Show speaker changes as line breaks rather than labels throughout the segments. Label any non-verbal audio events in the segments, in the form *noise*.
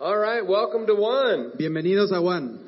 All right, welcome to One.
Bienvenidos a Juan.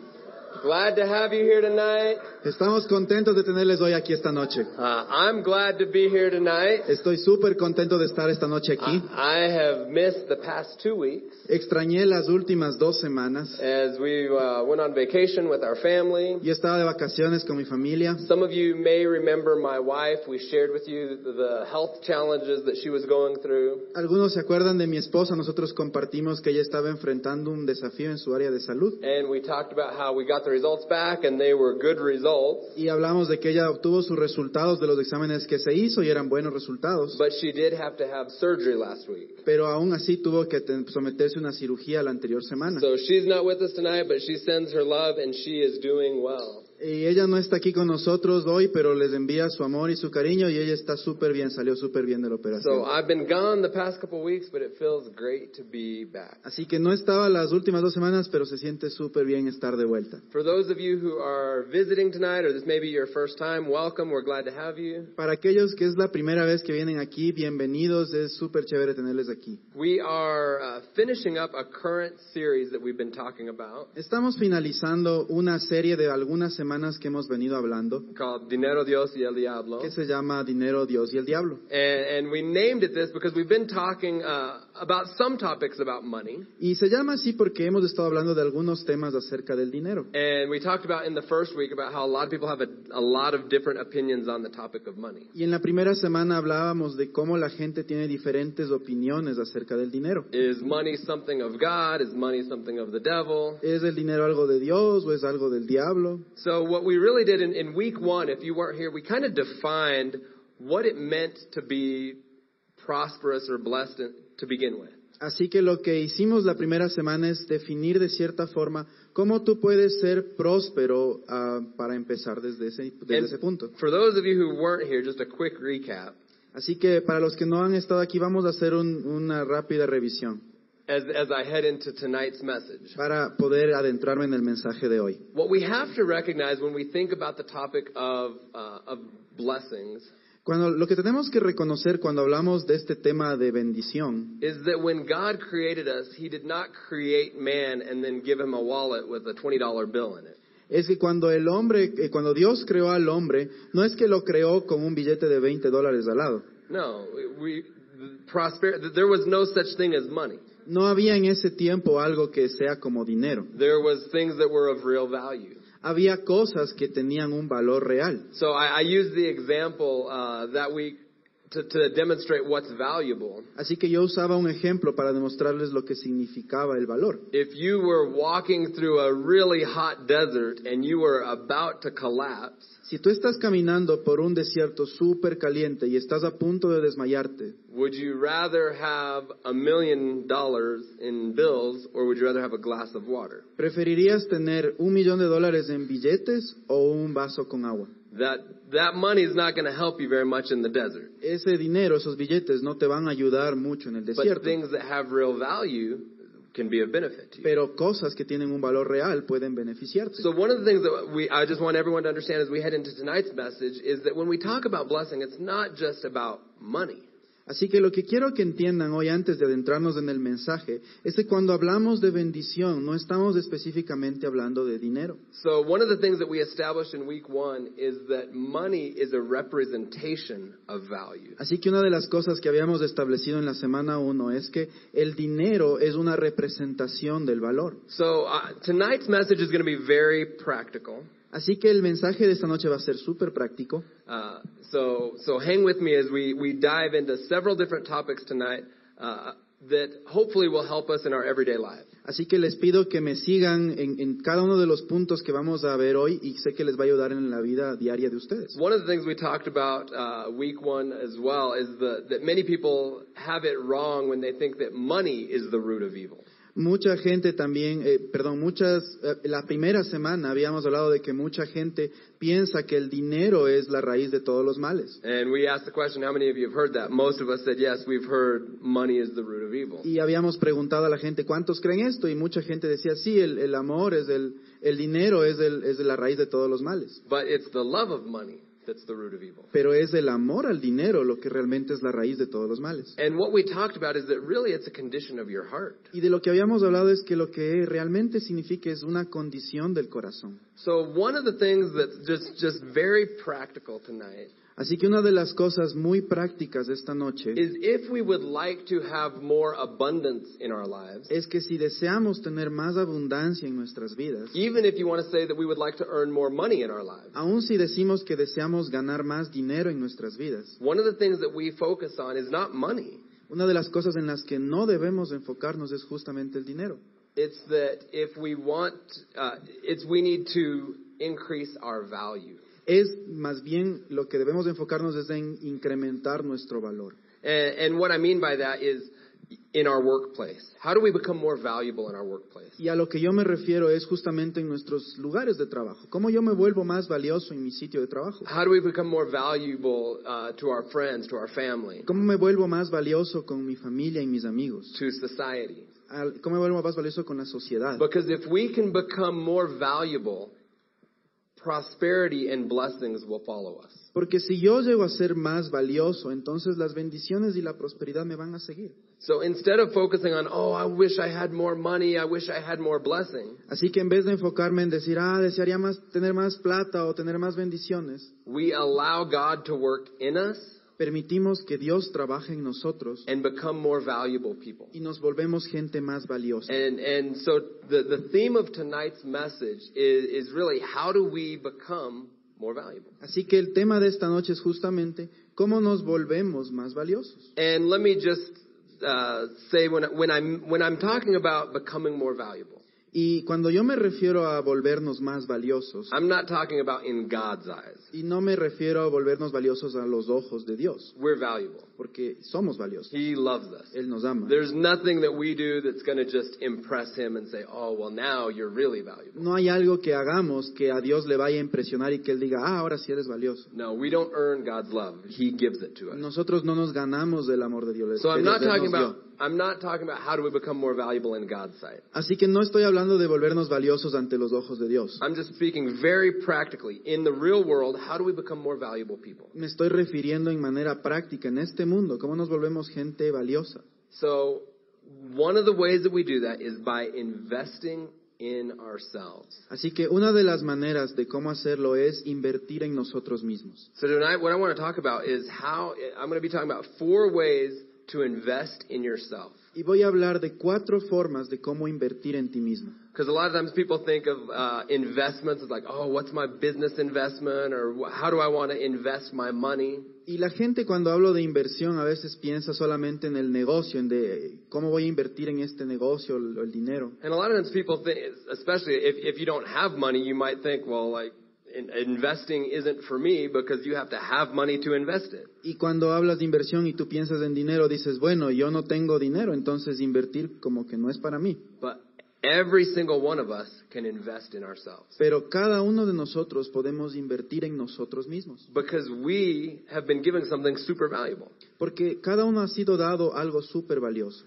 Glad to have you here tonight.
Estamos contentos de tenerles hoy aquí esta noche.
Uh, I'm glad to be here tonight.
Estoy súper contento de estar esta noche aquí.
I, I have missed the past two weeks
Extrañé las últimas dos semanas
as we uh, went on vacation with our family.
y estaba de vacaciones con mi familia.
Some of you may remember my wife. We shared with you the health challenges that she was going through.
Algunos se acuerdan de mi esposa, nosotros compartimos que ella estaba enfrentando un desafío en su área de salud
And we talked about how we got the results back and they were good results.
y hablamos de que ella obtuvo sus resultados de los exámenes que se hizo y eran buenos resultados,
But she did have to have surgery last week.
pero aún así tuvo que te- someterse a una cirugía la anterior semana.
So she's not with us tonight, but she sends her love and she is doing well.
Y ella no está aquí con nosotros hoy, pero les envía su amor y su cariño y ella está súper bien, salió súper bien de la
So ah.
operación.
I've been gone the past couple weeks, but it feels great to be back.
Así que no estaba las últimas dos semanas, pero se siente súper bien estar de vuelta.
For those of you who are visiting tonight, or this may be your first time, welcome. We're glad to have you.
Para aquellos que es la primera vez que vienen aquí, bienvenidos, es súper chévere tenerles aquí.
We are uh, finishing up a current series that we've been talking about
Estamos finalizando una serie de algunas semanas que hemos venido hablando,
called Dinero Dios y el Diablo.
que se llama Dinero, Dios y el Diablo.
And, and we named it this because we've been talking uh, about some topics about money.
Y se llama así porque hemos estado hablando de algunos temas acerca del dinero.
And we talked about in the first week about how a lot of people have a, a lot of different opinions on the topic of money.
Y en la primera semana hablábamos de cómo la gente tiene diferentes opiniones acerca del dinero.
Is money something of God? Is money something of the devil?
¿Es el dinero algo de Dios o es algo del diablo?
So what we really did in, in week one, if you weren't here, we kind of defined what it meant to be prosperous or blessed in- to begin with.
Así que lo que hicimos la primera semana es definir de cierta forma cómo tú puedes ser próspero ah, para empezar desde ese, desde
And
ese punto.
For those of you who weren't here, just a quick recap.
Así que para los que no han estado aquí vamos a hacer un- una rápida revisión
As, as I head into tonight's message,
para poder adentrarme en el mensaje de hoy.
what we have to recognize when we think about the topic of, uh, of blessings
Cuando, lo que tenemos que reconocer cuando hablamos de este tema de bendición
is that when God created us, He did not create man and then give him a wallet with a $20 bill in it.
es que cuando el hombre, eh, cuando Dios creó al hombre, no es que lo creó con un billete de 20 dólares al lado.
No, we, we prosperity, there was no such thing as money.
No había en ese tiempo algo que sea como dinero.
there was things that were of real value.
Había cosas que tenían un valor real.
So I, I used the example uh, that week to, to demonstrate what's valuable.
Así que yo usaba un ejemplo para demostrarles lo que significaba el valor.
If you were walking through a really hot desert and you were about to collapse,
Si tú estás caminando por un desierto súper caliente y estás a punto de desmayarte,
would you rather have a million dollars in bills or would you rather have a glass of water?
¿preferirías tener un millón de dólares en billetes o un vaso con agua?
That that money is not going to help you very much in the desert.
Ese dinero, esos billetes, no te van a ayudar mucho en el
But
desierto.
things that have real value can be of benefit to you.
Pero cosas que tienen un valor real pueden beneficiarte.
So one of the things that we I just want everyone to understand as we head into tonight's message is that when we talk about blessing, it's not just about money.
Así que lo que quiero que entiendan hoy antes de adentrarnos en el mensaje es que cuando hablamos de bendición no estamos específicamente hablando de dinero.
So one of the things that we established in week one is that money is a representation of value.
Así que una de las cosas que habíamos establecido en la semana 1 es que el dinero es una representación del valor.
So uh, tonight's message is going to be very practical.
Así que el mensaje de esta noche va a ser súper práctico.
Uh, so so hang with me as we we dive into several different topics tonight uh, that hopefully will help us in our everyday life.
Así que les pido que me sigan en, en cada uno de los puntos que vamos a ver hoy y sé que les va a ayudar en la vida diaria de ustedes.
One of the things we talked about uh, week one as well is the, that many people have it wrong when they think that money is the root of evil.
Mucha gente también, eh, perdón, muchas, eh, la primera semana habíamos hablado de que mucha gente piensa que el dinero es la raíz de todos los males.
And we asked the question, how many of you have heard that? Most of us said, yes, we've heard money is the root of evil.
Y habíamos preguntado a la gente cuántos creen esto y mucha gente decía, sí, el, el amor es el, el dinero es, el, es la raíz de todos los males.
But it's the love of money that's the root of evil.
Pero es el amor al dinero lo que realmente es la raíz de todos los males.
And what we talked about is that really it's a condition of your heart.
Y de lo que habíamos hablado es que lo que realmente significa es una condición del corazón.
So one of the things that's just just very practical tonight
Así que una de las cosas muy prácticas de esta noche
is if we would like to have more abundance in our lives,
es que si deseamos tener más abundancia en nuestras vidas,
even if you want to say that we would like to earn more money in our lives,
aun si decimos que deseamos ganar más dinero en nuestras vidas,
one of the things that we focus on is not money.
una de las cosas en las que no debemos enfocarnos es justamente el dinero.
It's that if we want, uh, it's we need to increase our value.
Es más bien lo que debemos enfocarnos es en incrementar nuestro valor.
And, and what I mean by that is in our workplace. How do we become more valuable in our workplace?
Y a lo que yo me refiero es justamente en nuestros lugares de trabajo. ¿Cómo yo me vuelvo más valioso en mi sitio de trabajo?
How do we become more valuable uh, to our friends, to our family,
¿Cómo me vuelvo más valioso con mi familia y mis amigos?
to society?
Al- ¿Cómo me vuelvo más valioso con la sociedad?
Because if we can become more valuable, prosperity and blessings will follow us.
Porque si yo llego a ser más valioso, entonces las bendiciones y la prosperidad me van a seguir.
So instead of focusing on, oh, I wish I had more money, I wish I had more blessing,
Así que en vez de enfocarme en decir, ah, desearía más, tener más plata o tener más bendiciones,
we allow God to work in us
permitimos que Dios trabaje en nosotros
and become more valuable people.
y nos volvemos gente más valiosa.
And, and so the, the theme of tonight's message is, is really how do we become more valuable?
Así que el tema de esta noche es justamente cómo nos volvemos más valiosos.
And let me just uh, say when, I- when, I'm, when I'm talking about becoming more valuable,
Y cuando yo me refiero a volvernos más valiosos,
I'm not talking about in God's eyes.
y no me refiero a volvernos valiosos a los ojos de Dios,
We're valuable.
porque somos valiosos.
He loves us.
Él nos ama.
There's nothing that we do that's going to just impress him and say, oh, well, now you're really valuable.
No hay algo que hagamos que a Dios le vaya a impresionar y que Él diga, ah, ahora sí eres valioso.
No, we don't earn God's love. He gives it to us.
Nosotros no nos ganamos del amor de Dios.
So
que
I'm
Dios
not talking
nos dio.
about, I'm not talking about how do we become more valuable in God's sight.
Así que no estoy hablando de volvernos valiosos ante los ojos de Dios.
I'm just speaking very practically. In the real world, how do we become more valuable people?
Me estoy refiriendo en manera práctica en este mundo, cómo nos volvemos gente valiosa.
So, one of the ways that we do that is by investing in ourselves.
Así que una de las maneras de cómo hacerlo es invertir en nosotros mismos.
So, tonight, what I want to talk about is how I'm going to be talking about four ways to invest in yourself.
Y voy a hablar de cuatro formas de cómo invertir en ti mismo.
Because a lot of times people think of uh, investments as like, oh, what's my business investment? Or wh- how do I want to invest my money?
Y la gente cuando hablo de inversión a veces piensa solamente en el negocio, en de cómo voy a invertir en este negocio el, el dinero.
And a lot of times people think, especially if, if you don't have money, you might think, well, like, in, investing isn't for me because you have to have money to invest it.
Y cuando hablas de inversión y tú piensas en dinero, dices, bueno, yo no tengo dinero, entonces invertir como que no es para mí.
But every single one of us can invest in ourselves
Pero cada uno de nosotros podemos invertir en nosotros mismos,
because we have been given something super valuable.
porque cada uno ha sido dado algo súper valioso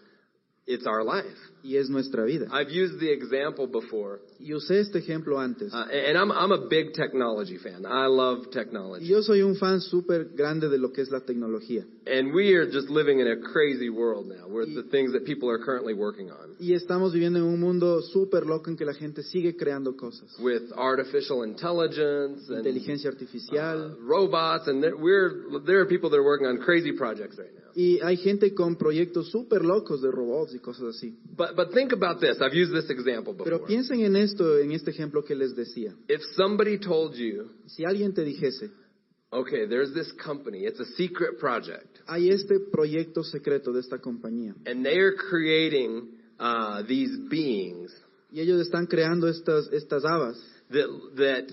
It's our life.
y es nuestra vida.
I've used the example before,
Y usé este ejemplo antes.
uh, and I'm, I'm a big technology fan. I love
Y
technology.
yo soy un fan súper grande de lo que es la tecnología.
And we are just living in a crazy world now where the things that people are currently working on
Y estamos viviendo en un mundo súper loco en que la gente sigue creando cosas.
with artificial intelligence and
Inteligencia
uh,
artificial.
robots, and there, we're, there are people that are working on crazy projects right now.
Y hay gente con proyectos súper locos de robots y cosas así.
But, but think about this. I've used this example
Pero
before.
piensen en esto, en este ejemplo que les decía.
If somebody told you,
Si alguien te dijese,
okay, there's this company, it's a secret project,
hay este proyecto secreto de esta compañía
and they are creating uh, these beings
y ellos están creando estas, estas habas
that, that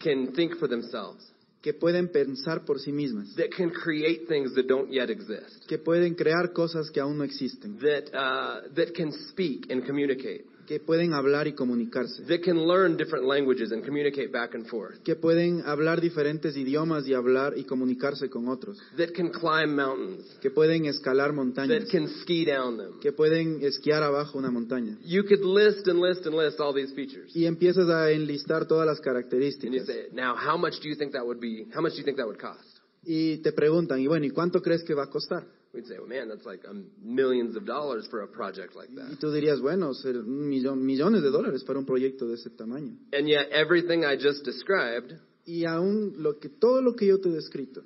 can think for themselves,
que pueden pensar por sí mismas,
that can create things that don't yet exist,
que pueden crear cosas que aún no existen,
that, uh, that can speak and communicate.
que pueden hablar y comunicarse,
that can learn different languages and communicate back and forth,
que pueden hablar diferentes idiomas y hablar y comunicarse con otros,
that can climb mountains,
que pueden escalar montañas,
that can ski down them.
que pueden esquiar abajo una montaña.
You could list and list and list all these features.
Y empiezas a enlistar todas las
And you
características.
say, now, how much do you think that would be? How much do you think that would cost?
Y te preguntan, y bueno, ¿y cuánto crees que va a costar?
We'd say, well, man, that's like um, millions of dollars for a project like
Y
that.
tú dirías, bueno, ser un millón- millones de dólares para un proyecto de ese tamaño.
And yet, everything I just described
Y aún lo que, todo lo que yo te he descrito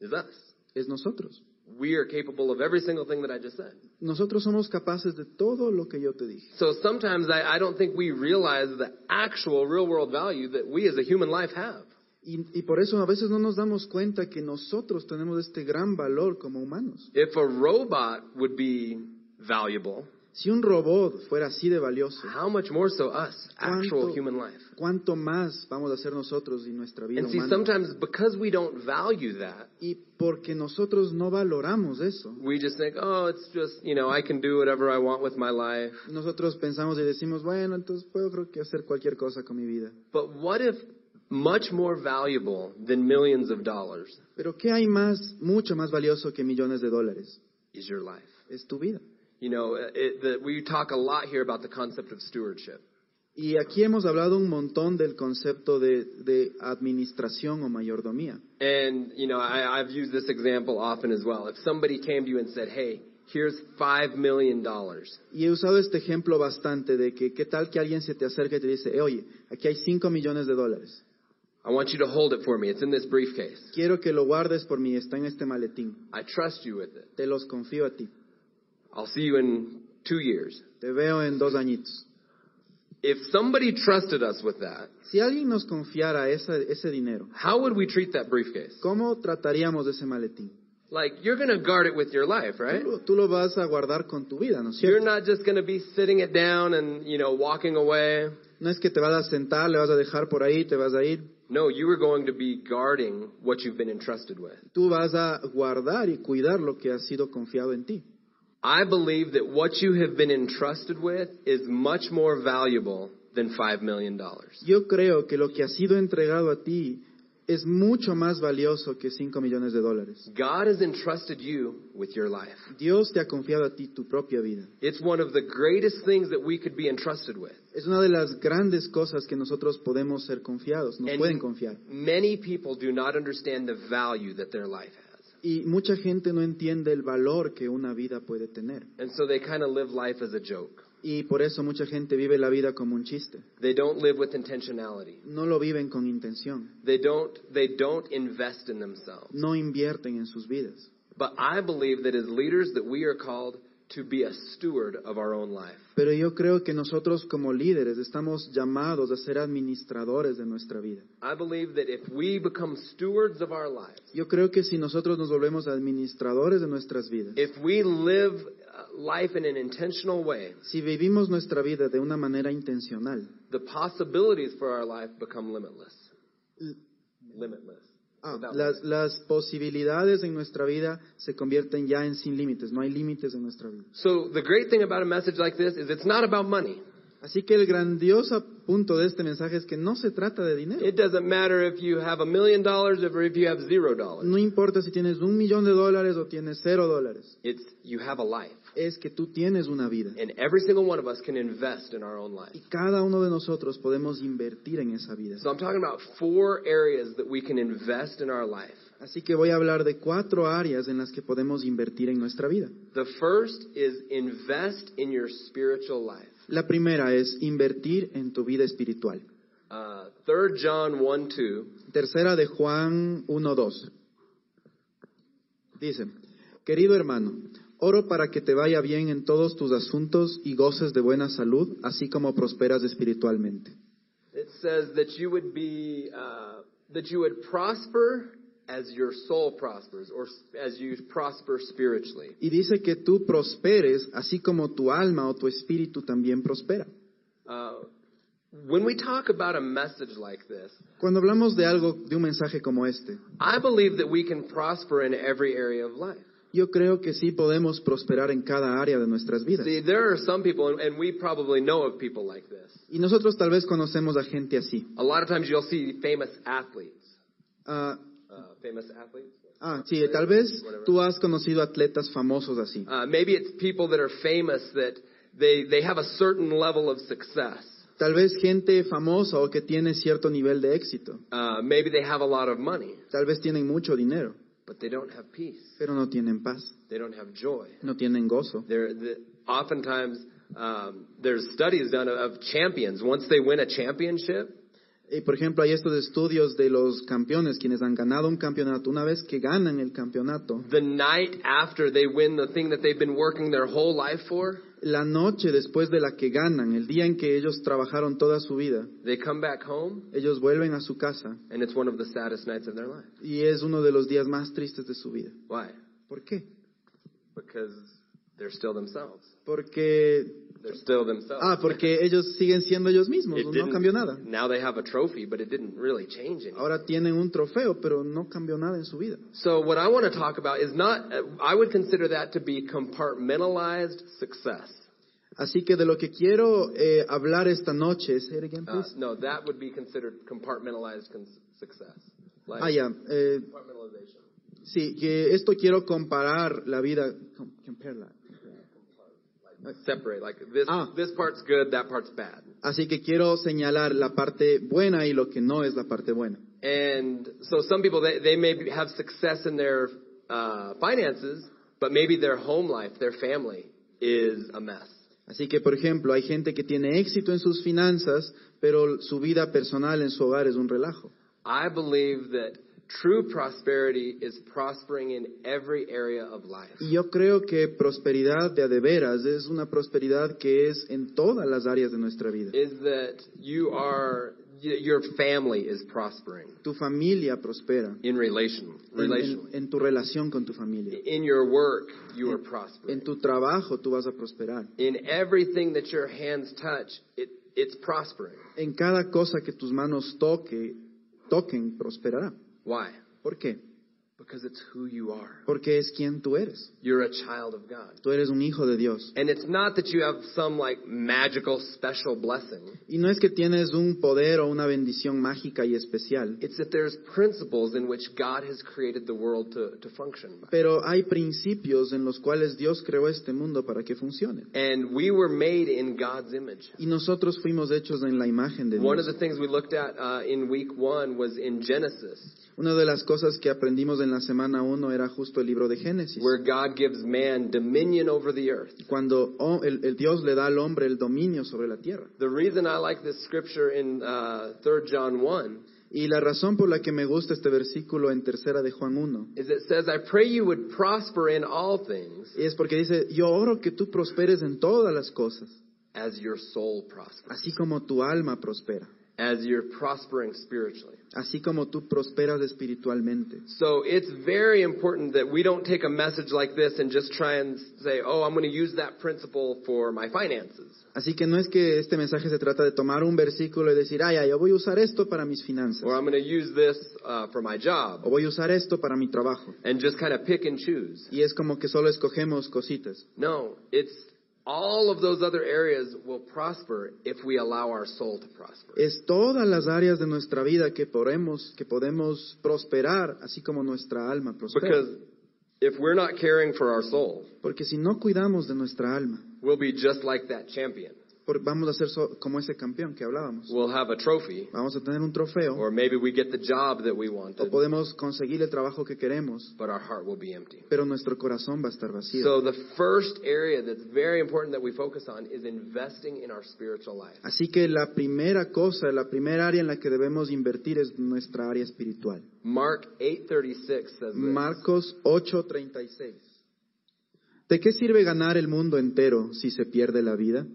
is us.
es nosotros.
We are capable of every single thing that I just said.
Nosotros somos capaces de todo lo que yo te dije.
So sometimes I, I don't think we realize the actual real world value that we as a human life have.
Y, y por eso a veces no nos damos cuenta que nosotros tenemos este gran valor como humanos.
If a robot would be valuable,
Si un robot fuera así de valioso,
how much more so us, actual
¿Cuánto?
human life?
¿cuánto más vamos a hacer nosotros y nuestra vida
And see,
humana?
sometimes because we don't value that,
Y porque nosotros no valoramos eso,
we just think, oh, it's just, you know, I can do whatever I want with my life.
nosotros pensamos y decimos, bueno, entonces puedo creo que hacer cualquier cosa con mi vida.
But what if much more valuable than millions of dollars
Pero ¿qué hay más, mucho más valioso que millones de dólares?
is your life?
Es tu vida.
You know, it, the, we talk a lot here about the concept of stewardship.
Y aquí hemos hablado un montón del concepto de, de administración o mayordomía.
And, you know, I, I've used this example often as well. If somebody came to you and said, hey, here's $5 million,
Y he usado este ejemplo bastante de que qué tal que alguien se te acerca y te dice, "Eh, oye, aquí hay 5 millones de dólares.
I want you to hold it for me. It's in this briefcase.
Quiero que lo guardes por mí, está en este maletín.
I trust you with it.
Te los confío a ti.
I'll see you in two years.
Te veo en dos añitos.
If somebody trusted us with that,
Si alguien nos confiara esa- ese dinero,
how would we treat that briefcase?
¿cómo trataríamos de ese maletín?
Like, you're going to guard it with your life, right?
Tú, lo- tú lo vas a guardar con tu vida, ¿no es
You're
cierto?
not just going to be sitting it down and, you know, walking away.
No es que te vas a sentar, le vas a dejar por ahí, te vas a ir.
No, you are going to be guarding what you've been entrusted with.
Tú vas a guardar y cuidar lo que ha sido confiado en ti.
I believe that what you have been entrusted with is much more valuable than $5 million.
Yo creo que lo que ha sido entregado a ti es mucho más valioso que 5 millones de dólares.
God has entrusted you with your life.
Dios te ha confiado a ti tu propia vida.
It's one of the greatest things that we could be entrusted with.
Es una de las grandes cosas que nosotros podemos ser confiados, nos
And
pueden confiar.
Many people do not understand the value that their life has.
Y mucha gente no entiende el valor que una vida puede tener.
And so they kind of live life as a joke.
Y por eso mucha gente vive la vida como un chiste.
They don't live with intentionality.
No lo viven con intención.
They don't, they don't invest in themselves.
No invierten en sus vidas.
But I believe that as leaders that we are called to be a steward of our own life.
Pero yo creo que nosotros como líderes estamos llamados a ser administradores de nuestra vida.
I believe that if we become stewards of our lives,
Yo creo que si nosotros nos volvemos administradores de nuestras vidas,
if we live uh, life in an intentional way,
si vivimos nuestra vida de una manera intencional,
the possibilities for our life become limitless.
L-
Limitless.
ah,
Without
las, las posibilidades en nuestra vida se convierten ya en sin límites, no hay límites en nuestra vida.
So the great thing about a message like this is it's not about money.
Así que el grandioso punto de este mensaje es que no se trata de dinero.
It doesn't matter if you have a million dollars or if you have zero dollars.
No importa si tienes un millón de dólares o tienes cero dólares,
It's you have a life.
es que tú tienes una vida.
And every single one of us can invest in our own life.
Y cada uno de nosotros podemos invertir en esa vida.
So I'm talking about four areas that we can invest in our life.
Así que voy a hablar de cuatro áreas en las que podemos invertir en nuestra vida.
The first is invest in your spiritual life.
La primera es invertir en tu vida espiritual.
Uh, 3 John 1 2
Tercera de Juan 1.2. Dice, querido hermano, oro para que te vaya bien en todos tus asuntos y goces de buena salud, así como prosperas espiritualmente.
It says that you would be uh, that you would prosper as your soul prospers, or as you prosper spiritually.
Y dice que tú prosperes, así como tu alma o tu espíritu también prospera.
Uh, when we talk about a message like this,
Cuando hablamos de algo, de un mensaje como este,
I believe that we can prosper in every area of life.
Yo creo que sí podemos prosperar en cada área de nuestras vidas.
See, there are some people, and- and we probably know of people like this.
Y nosotros tal vez conocemos a gente así.
A lot of times you'll see famous athletes.
Ah,
Uh, famous athletes?
ah, sí, tal vez tú has conocido atletas famosos así.
Uh, maybe it's people that are famous that they, they have a certain level of success.
Tal vez gente famosa o que tiene cierto nivel de éxito.
Uh, maybe they have a lot of money,
Tal vez tienen mucho dinero,
but they don't have peace.
pero no tienen paz,
They don't have joy.
no tienen gozo.
There, the, oftentimes, um, there's studies done of, of champions. Once they win a championship,
Y por ejemplo, hay estos estudios de los campeones, quienes han ganado un campeonato. Una vez que ganan el campeonato,
the night after they win the thing that they've been working their whole life for,
la noche después de la que ganan, el día en que ellos trabajaron toda su vida,
they come back home,
ellos vuelven a su casa
and it's one of the saddest nights of their life.
y es uno de los días más tristes de su vida.
Why?
¿Por qué?
Because they're still themselves.
Porque,
They're still themselves.
ah, porque ellos siguen siendo ellos mismos,
It
no
didn't-
cambió nada.
Now they have a trophy, but it didn't really change anything.
Ahora tienen un trofeo, pero no cambió nada en su vida.
So what I want to talk about is not. uh, I would consider that to be compartmentalized success.
Así que de lo que quiero eh, hablar esta noche es...
Uh, no, that would be considered compartmentalized con- success. Like
Ah, ya. eh,
compartmentalization.
sí, que esto quiero comparar la vida... com- compararla.
Separate. Like this.
Ah.
This part's good. That part's bad.
Así que quiero señalar la parte buena y lo que no es la parte buena.
And so some people they, they may be- have success in their uh, finances, but maybe their home life, their family, is a mess.
Así que, por ejemplo, hay gente que tiene éxito en sus finanzas, pero su vida personal en su hogar es un relajo.
I believe that true prosperity is prospering in every area of life.
Y yo creo que prosperidad de a de veras es una prosperidad que es en todas las áreas de nuestra vida.
Is that you are y- your family is prospering
Tu familia prospera
in relation
en,
relationally.
en- en tu relación con tu familia.
In your work, you are
En
prospering.
tu trabajo tú vas a prosperar.
In everything that your hands touch, it, it's prospering.
En cada cosa que tus manos toque, toquen, prosperará.
Why?
¿Por qué?
Because it's who you are.
Porque es quien tú eres.
You're a child of God.
Tú eres un hijo de Dios.
And it's not that you have some like magical special blessing.
Y no es que tienes un poder o una bendición mágica y especial,
It's that there's principles in which God has created the world to, to function by.
pero hay principios en los cuales Dios creó este mundo para que funcione.
And we were made in God's image.
Y nosotros fuimos hechos en la imagen de
One of
Dios.
the things we looked at uh, in week one was in Genesis,
Una de las cosas que aprendimos en la semana 1 era justo el libro de Génesis,
where God gives man dominion over the earth.
cuando oh, el, el Dios le da al hombre el dominio sobre la tierra.
The reason I like this scripture in uh, 3 John 1
Y la razón por la que me gusta este versículo en tercera de Juan 1
is it says, I pray you would prosper in all things
es porque dice, yo oro que tú prosperes en todas las cosas,
as your soul prospers,
así como tu alma prospera,
as you're prospering spiritually.
así como tú prosperas espiritualmente.
So it's very important that we don't take a message like this and just try and say, oh, I'm going to use that principle for my finances.
Así que no es que este mensaje se trata de tomar un versículo y decir, ay, ay, yo voy a usar esto para mis finanzas,
Or I'm going to use this uh, for my job
o voy a usar esto para mi trabajo.
and just kind of pick and choose.
Y es como que solo escogemos cositas.
No, it's all of those other areas will prosper if we allow our soul to prosper.
Es todas las áreas de nuestra vida que podemos, que podemos prosperar, así como nuestra alma prospera.
Because if we're not caring for our soul,
Porque si no cuidamos de nuestra alma,
we'll be just like that champion.
por- vamos a ser so- como ese campeón que hablábamos.
We'll have a trophy,
Vamos a tener un trofeo
or maybe we get the job that we
o
wanted,
podemos conseguir el trabajo que queremos,
but our heart will be empty.
pero nuestro corazón va a estar vacío.
So the first area that's very important that we focus on is investing in our spiritual life.
Así que la primera cosa, la primera área en la que debemos invertir es nuestra área espiritual.
Mark 8:36 says this.
Marcos 8:36. ¿De qué sirve ganar el mundo entero si se pierde la vida?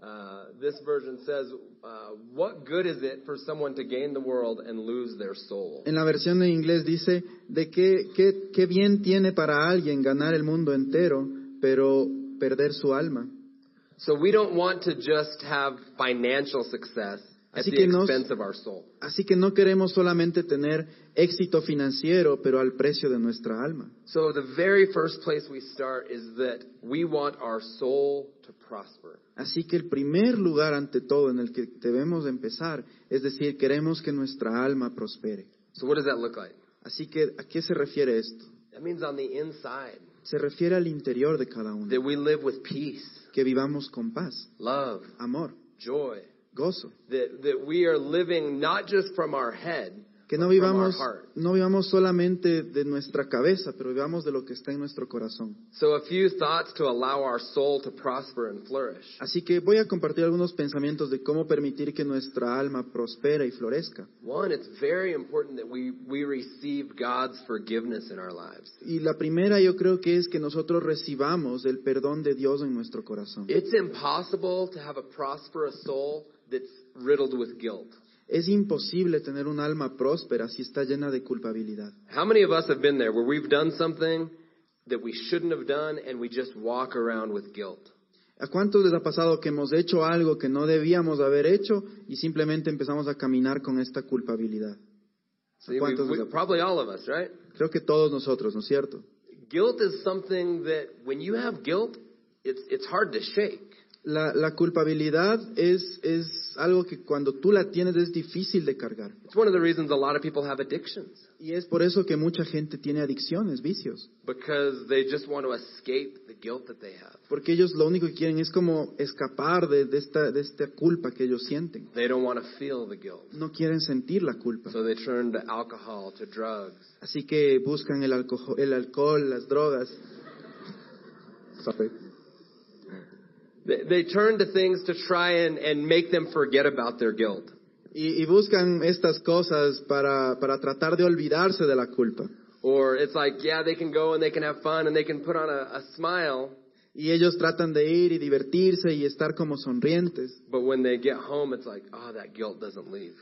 Uh, this version says, uh, "What good is it for someone to gain the world and lose their soul?"
En la versión en inglés dice, ¿de qué, qué, qué bien tiene para alguien ganar el mundo entero, pero perder su alma?
So we don't want to just have financial success at
Así
the
que no-
expense of our soul.
Así que no queremos solamente tener éxito financiero, pero al precio de nuestra alma.
So the very first place we start is that we want our soul to prosper.
Así que el primer lugar ante todo en el que debemos de empezar es decir, queremos que nuestra alma prospere.
So what does that look like?
Así que, ¿a qué se refiere esto?
That means on the inside
Se refiere al interior de cada uno,
that we live with peace,
que vivamos con paz,
love,
amor,
joy,
gozo,
that that we are living not just from our head,
que no
but from our
vivamos
heart.
no vivamos solamente de nuestra cabeza, pero vivamos de lo que está en nuestro corazón.
So a few thoughts to allow our soul to prosper and flourish.
Así que voy a compartir algunos pensamientos de cómo permitir que nuestra alma prospere y florezca.
One, it's very important that we, we receive God's forgiveness in our lives.
Y la primera yo creo que es que nosotros recibamos el perdón de Dios en nuestro corazón.
It's impossible to have a prosperous soul that's riddled with guilt.
Es imposible tener un alma próspera si está llena de culpabilidad.
How many of us have been there where we've done something that we shouldn't have done and we just walk around with guilt?
¿A cuántos les ha pasado que hemos hecho algo que no debíamos haber hecho y simplemente empezamos a caminar con esta culpabilidad?
See, we,
¿Cuántos les
we,
ha pasado?
probably all of us, right?
Creo que todos nosotros, ¿no es cierto?
Guilt is something that when you have guilt, it's, it's hard to shake.
La, la culpabilidad es, es algo que cuando tú la tienes es difícil de cargar.
It's one of the reasons a lot of people have addictions
Y es por eso que mucha gente tiene adicciones, vicios.
because they just want to escape the guilt that they have.
Porque ellos lo único que quieren es como escapar de, de esta, de esta culpa que ellos sienten.
They don't want to feel the guilt.
No quieren sentir la culpa.
So they turn to alcohol, to drugs.
Así que buscan el alcohol, el alcohol las drogas.
They, they turn to things to try and, and make them forget about their guilt.
Y, y buscan estas cosas para, para tratar de olvidarse de la culpa.
Or it's like, yeah, they can go and they can have fun and they can put on a, a smile,
Y ellos tratan de ir y divertirse y estar como sonrientes.
but when they get home, it's like, oh, that guilt doesn't leave.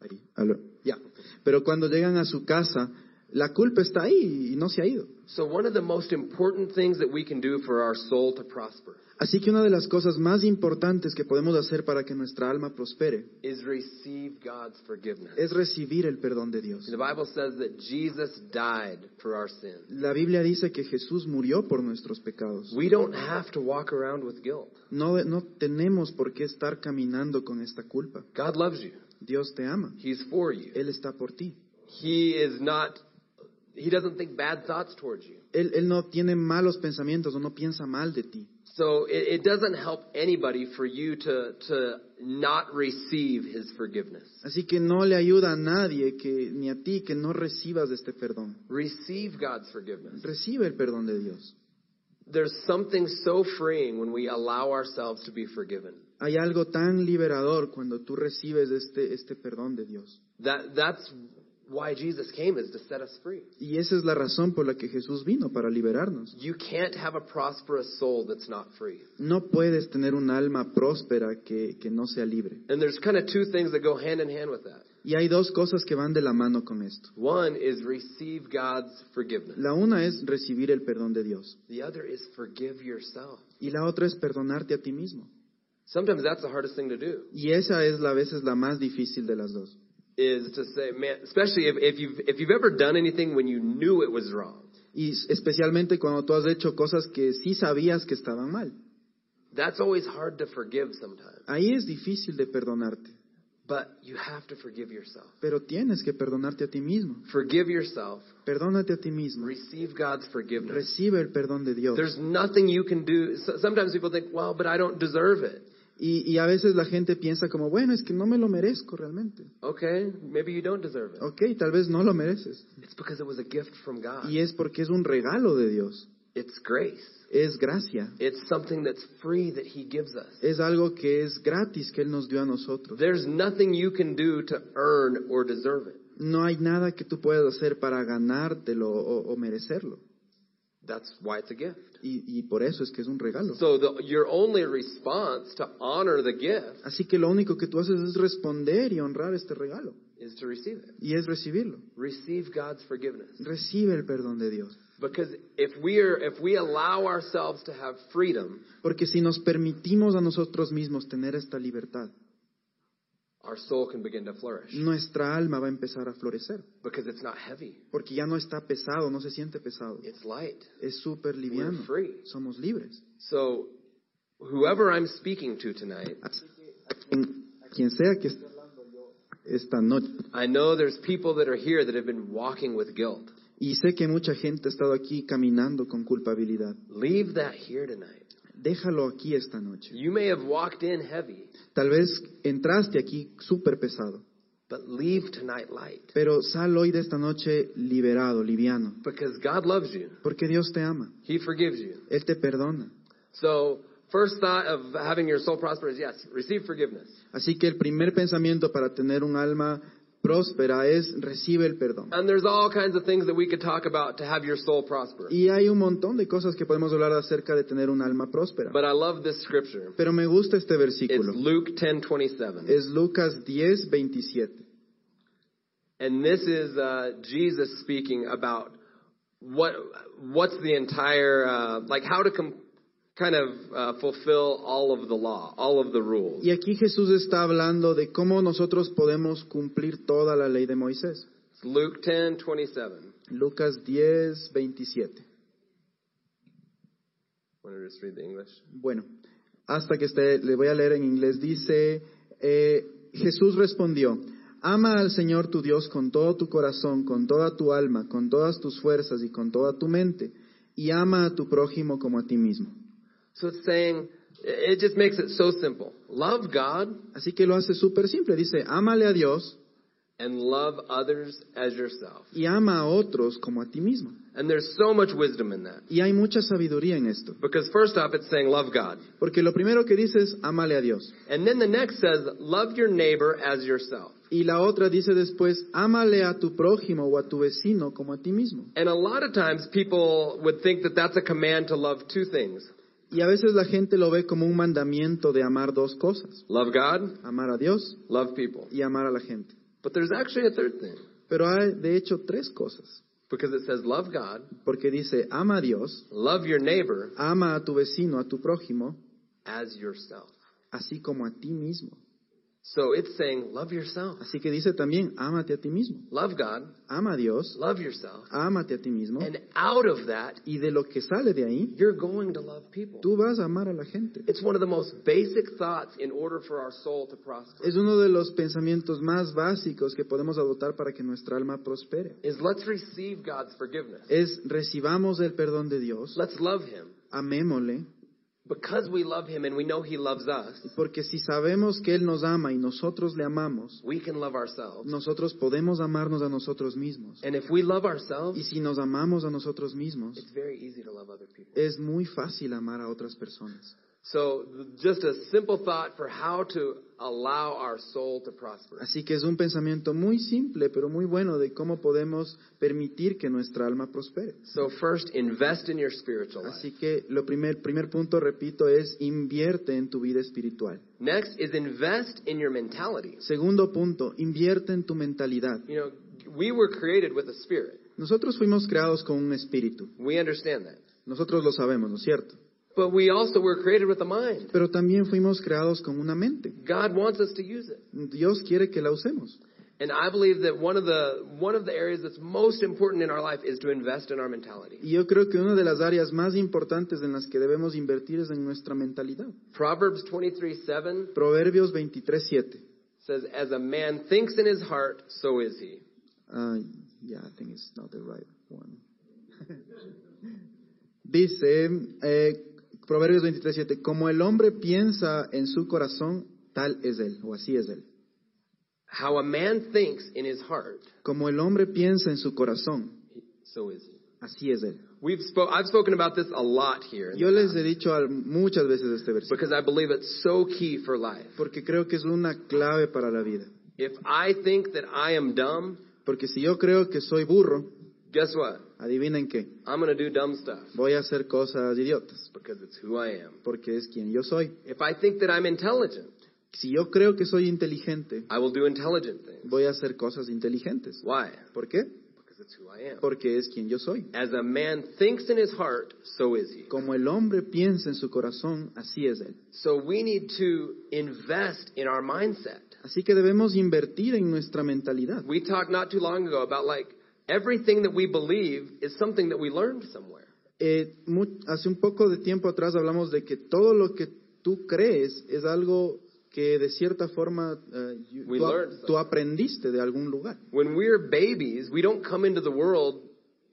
Ahí, aló, ya. Pero cuando llegan a su casa, la culpa está ahí y no se ha ido.
So one of the most important things that we can do for our soul to prosper
Así que una de las cosas más importantes que podemos hacer para que nuestra alma prospere
is receive God's forgiveness.
es recibir el perdón de Dios.
The Bible says that Jesus died for our sins.
La Biblia dice que Jesús murió por nuestros pecados.
We don't have to walk around with guilt.
No, no tenemos por qué estar caminando con esta culpa.
God loves you.
Dios te ama.
He's for you.
Él está por ti.
He is not, he doesn't think bad thoughts towards you.
Él, Él no tiene malos pensamientos o no piensa mal de ti.
So it, it doesn't help anybody for you to, to not receive his forgiveness.
Así que no le ayuda a nadie, que, ni a ti, que no recibas este perdón.
Receive God's forgiveness.
Recibe el perdón de Dios.
There's something so freeing when we allow ourselves to be forgiven.
Hay algo tan liberador cuando tú recibes este, este perdón de Dios.
That, that's why Jesus came is to set us free.
Y esa es la razón por la que Jesús vino, para liberarnos.
You can't have a prosperous soul that's not free.
No puedes tener un alma próspera que, que no sea libre.
And there's kind of two things that go hand in hand with that.
Y hay dos cosas que van de la mano con esto.
One is receive God's forgiveness.
La una es recibir el perdón de Dios
The other is forgive yourself.
y la otra es perdonarte a ti mismo.
Sometimes that's the hardest thing to do.
Y esa es la a veces la más difícil de las dos.
is to say, man, especially if, if you've if you've ever done anything when you knew it was wrong,
Y s- especialmente cuando tú has hecho cosas que sí sabías que estaban mal.
that's always hard to forgive sometimes.
Ahí es difícil de perdonarte,
But you have to forgive yourself.
pero tienes que perdonarte a ti mismo.
Forgive yourself.
Perdónate a ti mismo.
Receive God's forgiveness.
Recibe el perdón de Dios.
There's nothing you can do. so- Sometimes people think, well, but I don't deserve it.
Y, y a veces la gente piensa como, bueno, es que no me lo merezco realmente.
Okay, maybe you don't deserve it.
Ok, tal vez no lo mereces.
It's because it was a gift from God.
Y es porque es un regalo de Dios.
It's grace.
Es gracia.
It's something that's free that He gives us.
Es algo que es gratis que Él nos dio a nosotros.
There's nothing you can do to earn or deserve it.
No hay nada que tú puedas hacer para ganártelo o, o merecerlo.
That's why it's a gift.
Y, y por eso es que es un regalo.
So the, your only response to honor the gift
Así que lo único que tú haces es responder y honrar este regalo.
is to receive it.
Y es recibirlo.
Receive God's forgiveness.
Recibe el perdón de Dios.
Because if we are, if we allow ourselves to have freedom,
Porque si nos permitimos a nosotros mismos tener esta libertad,
our soul can begin to flourish.
Mm. nuestra alma va a empezar a florecer.
Because it's not heavy.
Porque ya no está pesado, no se siente pesado.
It's light.
Es súper liviano.
We're free.
Somos libres.
So, whoever I'm speaking to tonight,
Así que a quien, a quien sea que esté hablando yo esta noche,
I know there's people that are here that have been walking with guilt.
y sé que mucha gente ha estado aquí caminando con culpabilidad,
Leave that here tonight.
déjalo aquí esta noche.
You may have walked in heavy,
Tal vez entraste aquí súper pesado,
but leave tonight light.
pero sal hoy de esta noche liberado, liviano,
Because God loves you.
porque Dios te ama,
He forgives you.
Él te perdona.
So, first thought of having your soul prosper is yes, receive forgiveness.
Así que el primer pensamiento para tener un alma próspera es recibe el perdón.
And there's all kinds of things that we could talk about to have your soul prosper.
Y hay un montón de cosas que podemos hablar acerca de tener un alma próspera.
But I love this scripture.
Pero me gusta este
It's
versículo.
Luke 10:27.
Es Lucas 10, 27.
And this is uh, Jesus speaking about what what's the entire uh, like how to com- kind of uh, fulfill all of the law, all of the rules.
Y aquí Jesús está hablando de cómo nosotros podemos cumplir toda la ley de Moisés.
It's Luke 10:27.
Lucas 10, 27.
Want to just read the English?
Bueno, hasta que esté, le voy a leer en inglés. Dice, eh, Jesús respondió, ama al Señor tu Dios con todo tu corazón, con toda tu alma, con todas tus fuerzas y con toda tu mente, y ama a tu prójimo como a ti mismo.
So it's saying it just makes it so simple. Love God
Así que lo hace súper simple. Dice, ámale a Dios
and love others as yourself.
y ama a otros como a ti mismo.
And there's so much wisdom in that.
Y hay mucha sabiduría en esto.
Because first off it's saying love God.
Porque lo primero que dice es, ámale a Dios.
And then the next says love your neighbor as yourself.
Y la otra dice después, ámale a tu prójimo o a tu vecino como a ti mismo.
And a lot of times people would think that that's a command to love two things.
Y a veces la gente lo ve como un mandamiento de amar dos cosas,
Love God,
amar a Dios
love people.
y amar a la gente.
But there's actually a third thing
Pero hay de hecho tres cosas,
because it says love God,
porque dice, ama a Dios,
love your neighbor
ama a tu vecino, a tu prójimo,
as yourself.
así como a ti mismo.
So it's saying love yourself.
Así que dice también, ámate a ti mismo,
Love God,
ama a Dios,
love yourself.
ámate a ti mismo.
And out of that,
Y de lo que sale de ahí,
you're going to love people.
tú vas a amar a la gente.
It's one of the most basic thoughts in order for our soul to prosper.
Es uno de los pensamientos más básicos que podemos adoptar para que nuestra alma prospere.
Is let's receive God's forgiveness.
Es recibamos el perdón de Dios,
Let's love him.
amémosle,
Because we love him and we know he loves us,
Porque si sabemos que Él nos ama y nosotros le amamos,
we can love ourselves.
nosotros podemos amarnos a nosotros mismos.
And if we love ourselves,
Y si nos amamos a nosotros mismos,
it's very easy to love other people.
es muy fácil amar a otras personas.
So, th- just a simple thought for how to allow our soul to prosper.
Así que es un pensamiento muy simple, pero muy bueno de cómo podemos permitir que nuestra alma prospere.
So, first, invest in your spiritual life.
Así que lo primer, primer punto, repito, es invierte en tu vida espiritual.
Next is invest in your mentality.
Segundo punto, invierte en tu mentalidad.
You know, we were created with a spirit.
Nosotros fuimos creados con un espíritu.
We understand that.
Nosotros lo sabemos, ¿no es cierto?
But we also were created with a mind.
Pero también fuimos creados con una mente.
God wants us to use it.
Dios quiere que la usemos.
And I believe that one of the one of the areas that's most important in our life is to invest in our mentality.
Y yo creo que una de las áreas más importantes en las que debemos invertir es en nuestra mentalidad.
Proverbs 23:7
Proverbios 23, 7.
says, "As a man thinks in his heart, so is he."
yeah, I think it's not the right one. *laughs* Dice eh, Proverbios 23, 7. Como el hombre piensa en su corazón, tal es él, o así es él.
How a man thinks in his heart,
Como el hombre piensa en su corazón,
he- so is he.
así es él.
We've spoke. I've spoken about this a lot here in the
Yo les
past
he dicho al- muchas veces este versículo,
because I believe it's so key for life.
porque creo que es una clave para la vida.
If I think that I am dumb,
Porque si yo creo que soy burro,
guess what?
Adivinen qué,
I'm going to do dumb stuff
voy a hacer cosas idiotas,
because it's who I am.
porque es quien yo soy.
If I think that I'm intelligent,
Si yo creo que soy inteligente,
I will do intelligent things.
voy a hacer cosas inteligentes.
Why?
¿Por qué?
Because because it's who I am.
porque es quien yo soy.
As a man thinks in his heart, so is he.
Como el hombre piensa en su corazón, así es él.
So we need to invest in our mindset.
Así que debemos invertir en nuestra mentalidad.
We talked not too long ago about like everything that we believe is something that we learned somewhere.
Eh, mu- hace un poco de tiempo atrás hablamos de que todo lo que tú crees es algo que de cierta forma eh, you-
We
tú, a-
learned
tú aprendiste de algún lugar.
When we're babies, we don't come into the world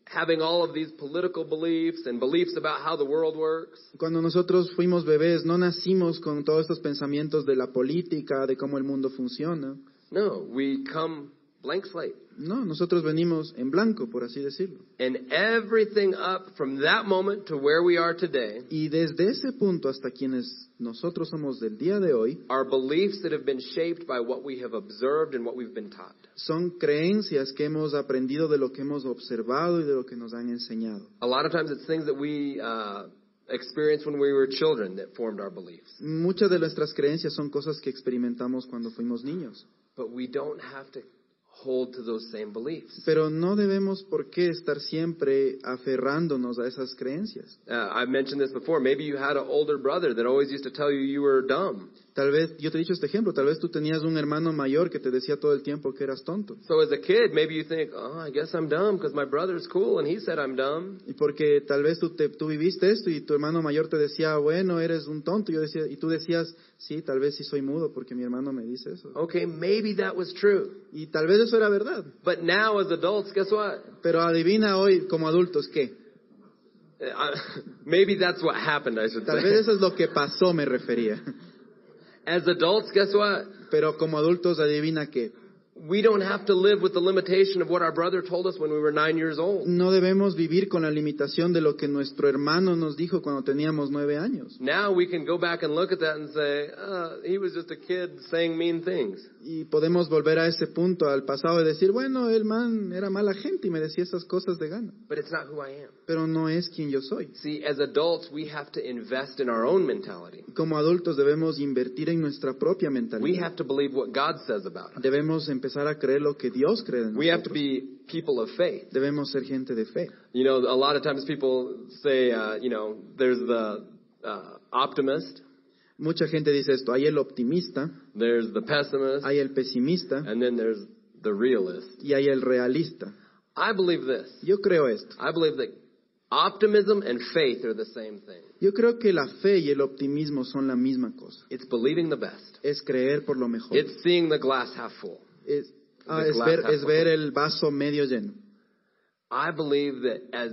having all of these political beliefs and beliefs about how the world works.
Cuando nosotros fuimos bebés no nacimos con todos estos pensamientos de la política, de cómo el mundo funciona.
No, we come blank slate.
No, nosotros venimos en blanco, por así decirlo.
And everything up from that moment to where we are today
Y desde ese punto hasta quienes nosotros somos del día de hoy,
are beliefs that have been shaped by what we have observed and what we've been taught.
son creencias que hemos aprendido de lo que hemos observado y de lo que nos han enseñado.
A lot of times it's things that we uh, experienced when we were children that formed our beliefs.
Muchas de nuestras creencias son cosas que experimentamos cuando fuimos niños,
But we don't have to hold to those same beliefs.
pero no debemos por qué estar siempre aferrándonos a esas creencias.
Uh, I've mentioned this before. Maybe you had an older brother that always used to tell you you were dumb.
Tal vez, yo te he dicho este ejemplo, tal vez tú tenías un hermano mayor que te decía todo el tiempo que eras tonto.
So as a kid, maybe you think, oh, I guess I'm dumb because my brother's cool and he said I'm dumb.
Y porque tal vez tú, te- tú viviste esto y tu hermano mayor te decía, bueno, eres un tonto. Y, yo decía, y tú decías, sí, tal vez sí soy mudo porque mi hermano me dice eso.
Okay, maybe that was true.
Y tal vez eso era verdad.
But now as adults, guess what?
Pero adivina hoy, como adultos, ¿qué?
Uh, *laughs* maybe that's what happened, I should
Tal vez
say.
eso es lo que pasó, me refería.
As adults, guess what?
Pero como adultos, adivina qué.
We don't have to live with the limitation of what our brother told us when we were nine years old.
No debemos vivir con la limitación de lo que nuestro hermano nos dijo cuando teníamos nueve años.
Now we can go back and look at that and say, uh, he was just a kid saying mean things.
Y podemos volver a ese punto, al pasado, y decir, bueno, el man era mala gente y me decía esas cosas de gana.
But it's not who I am.
Pero no es quien yo soy.
See, as adults, we have to invest in our own mentality.
Como adultos debemos invertir en nuestra propia
We
mentalidad.
have to believe what God says about us.
Debemos empezar a creer lo que Dios cree. en
We have to
nosotros.
be people of faith.
Debemos ser gente de fe.
You know, a lot of times people say, uh, you know, there's the uh, optimist,
Mucha gente dice esto. Hay el optimista,
there's the pessimist,
hay el pesimista
and then there's the realist.
y hay el realista.
I believe this.
Yo creo esto.
I believe that optimism and faith are the same thing.
Yo creo que la fe y el optimismo son la misma cosa.
It's believing the best.
Es creer por lo mejor.
It's seeing the glass half full.
Es, ah,
The
es
glass
ver,
half
es ver el vaso medio lleno.
I believe that as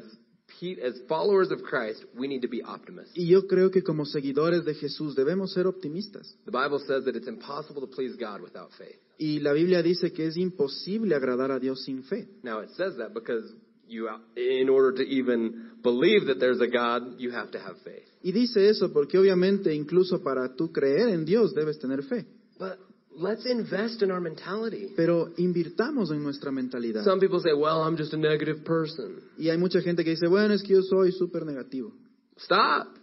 pe- as followers of Christ, we need to be optimists.
Y yo creo que como seguidores de Jesús debemos ser optimistas.
The Bible says that it's impossible to please God without faith.
Y la Biblia dice que es imposible agradar a Dios sin fe.
Now it says that because you, in order to even believe that there's a God, you have to have faith.
Y dice eso porque obviamente incluso para tú creer en Dios debes tener fe.
But let's invest in our mentality.
Pero invirtamos en nuestra mentalidad.
Some people say, "Well, I'm just a negative person."
Y hay mucha gente que dice, bueno, es que yo soy súper negativo.
Stop. Stop.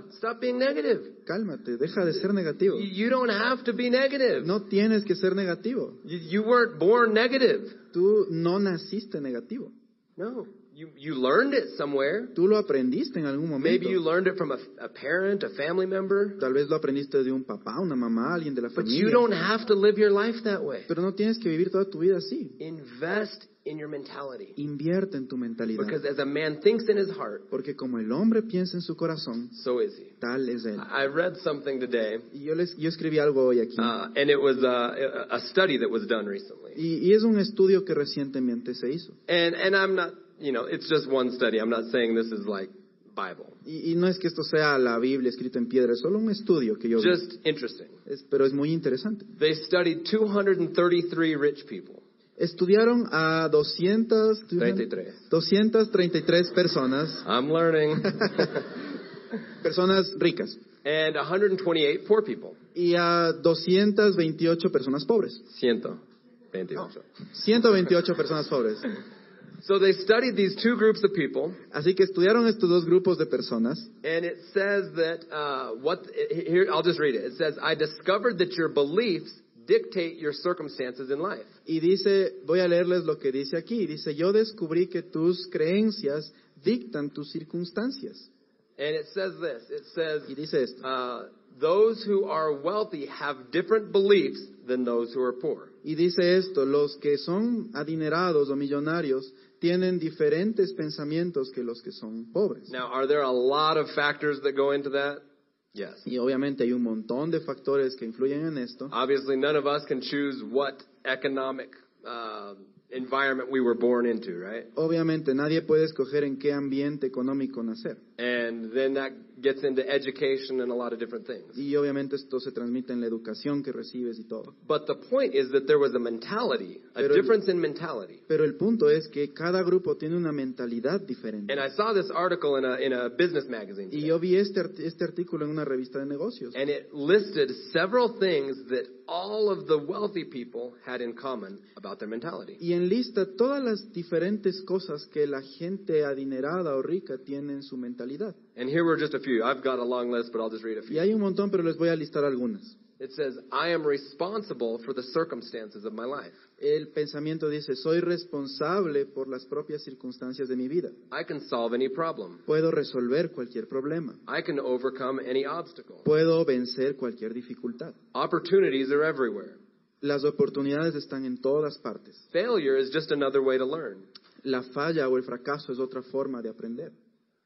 Para,
Stop being negative.
cálmate, deja de ser
You-
negativo.
You don't have to be negative.
No tienes que ser negativo.
You, you weren't born negative.
Tú no naciste negativo.
No. You you learned it somewhere.
Tú lo aprendiste en algún
Maybe you
momento.
learned it from a, a parent, a family member,
Tal vez lo aprendiste de un papá, una mamá, alguien de la
but you
familia.
don't have to live your life that way.
Pero no tienes que vivir toda tu vida así.
Invest in your mentality.
Invierte en tu mentalidad.
Because as a man thinks in his heart,
Porque como el hombre piensa en su corazón,
so is he.
tal es él.
I I read something today,
Y yo, les, yo escribí algo hoy aquí.
uh, and it was uh, a, a study that was done recently.
Y, y es un estudio que recientemente se hizo.
And, and I'm not, you know, it's just one study. I'm not saying this is like Bible.
Y, y no es que esto sea la Biblia escrita en piedra, es solo un estudio que yo vi.
Just interesting.
Es- pero es muy interesante.
They studied 233 rich people.
Estudiaron a 200,
33. *laughs*
233 personas,
I'm
*laughs*
learning.
personas ricas,
and 128 poor people.
y a 228 personas pobres.
Ciento. 28.
Oh. 128 personas pobres.
So they studied these two groups of people,
Así que estudiaron estos dos grupos de personas
and it says that uh, what here I'll just read it. It says, "I discovered that your beliefs dictate your circumstances in life.
Y dice, voy a leerles lo que dice aquí. Dice, yo descubrí que tus creencias dictan tus circunstancias.
And it says this it says,
Y dice esto.
uh, those who are wealthy have different beliefs than those who are poor.
Y dice esto, los que son adinerados o millonarios tienen diferentes pensamientos que los que son pobres.
Now, are there a lot of factors that go into that? Yes.
Y obviamente hay un montón de factores que influyen en esto.
Obviously, none of us can choose what economic uh, environment we were born into, right?
Obviamente nadie puede escoger en qué ambiente económico nacer.
And then that gets into education and a lot of different things.
Y obviamente esto se transmite en la educación que recibes y todo.
But the point is that there was a mentality, a
Pero-
difference in mentality.
Pero el punto es que cada grupo tiene una mentalidad diferente.
And I saw this article in a, in a business magazine.
Y
today.
yo vi este, art- este artículo en una revista de negocios.
And it listed several things that all of the wealthy people had in common about their mentality.
Y enlista todas las diferentes cosas que la gente adinerada o rica tiene en su mentalidad.
And here were just a few. I've got a long list, but I'll just read a
Y
few.
hay un montón, pero les voy a listar algunas.
It says, I am responsible for the circumstances of my life.
El pensamiento dice, soy responsable por las propias circunstancias de mi vida.
I can solve any problem.
Puedo resolver cualquier problema.
I can overcome any obstacle.
Puedo vencer cualquier dificultad.
Opportunities are everywhere.
Las oportunidades están en todas partes.
Failure is just another way to learn.
La falla o el fracaso es otra forma de aprender.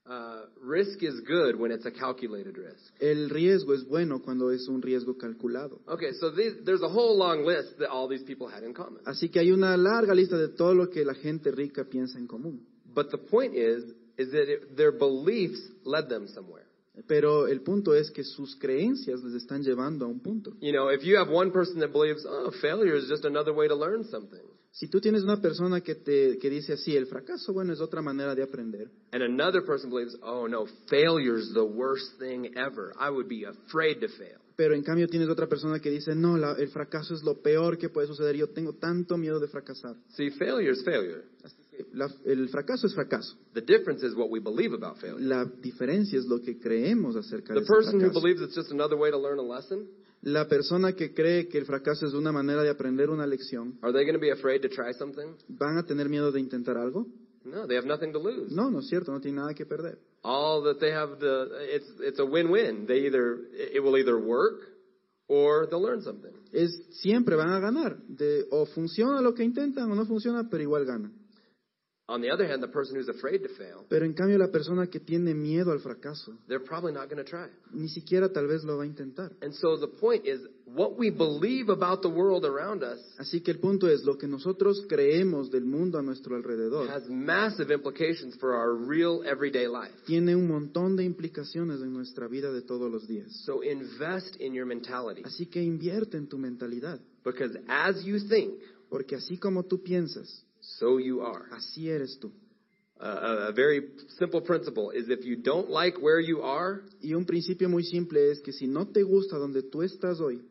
Uh, risk is good when it's a calculated risk.
El riesgo es bueno cuando es un riesgo calculado.
Okay, so these, there's a whole long list that all these people had in common.
Así que hay una larga lista de todo lo que la gente rica piensa en común.
But the point is, is that it, their beliefs led them somewhere.
Pero el punto es que sus creencias les están llevando a un punto.
You know, if you have one person that believes, oh, failure is just another way to learn something,
Si tú tienes una persona que te que dice así, el fracaso, bueno, es otra manera de aprender.
and another person believes, oh no, failure's the worst thing ever. I would be afraid to fail.
Pero en cambio tienes otra persona que dice, no, la- el fracaso es lo peor que puede suceder. Yo tengo tanto miedo de fracasar.
See, failure is failure.
Así que la- el fracaso es fracaso.
The difference is what we believe about failure.
La diferencia es lo que creemos acerca de
The
ese
person who
fracaso.
believes it's just another way to learn a lesson,
La persona que cree que el fracaso es una manera de aprender una lección,
are they going to be afraid to try something?
¿van a tener miedo de intentar algo?
No, they have nothing to lose.
No, no es cierto, no tiene nada que perder.
All that they have the it's it's a win-win. They either it will either work or they'll learn something.
Es, siempre van a ganar. De, o funciona lo que intentan o no funciona, pero igual ganan.
On the other hand, the person who's afraid to fail,
Pero en cambio la persona que tiene miedo al fracaso,
they're probably not going to try.
ni siquiera tal vez lo va a intentar.
And so the point is what we believe about the world around us
Así que el punto es, lo que nosotros creemos del mundo a nuestro alrededor
has massive implications for our real everyday life.
tiene un montón de implicaciones en nuestra vida de todos los días.
So invest in your mentality
Así que invierte en tu mentalidad,
because as you think,
porque así como tú piensas,
so you are.
así eres tú.
Uh, a a very simple principle is if you don't like where you are,
Y un principio muy simple es que si no te gusta donde tú estás hoy,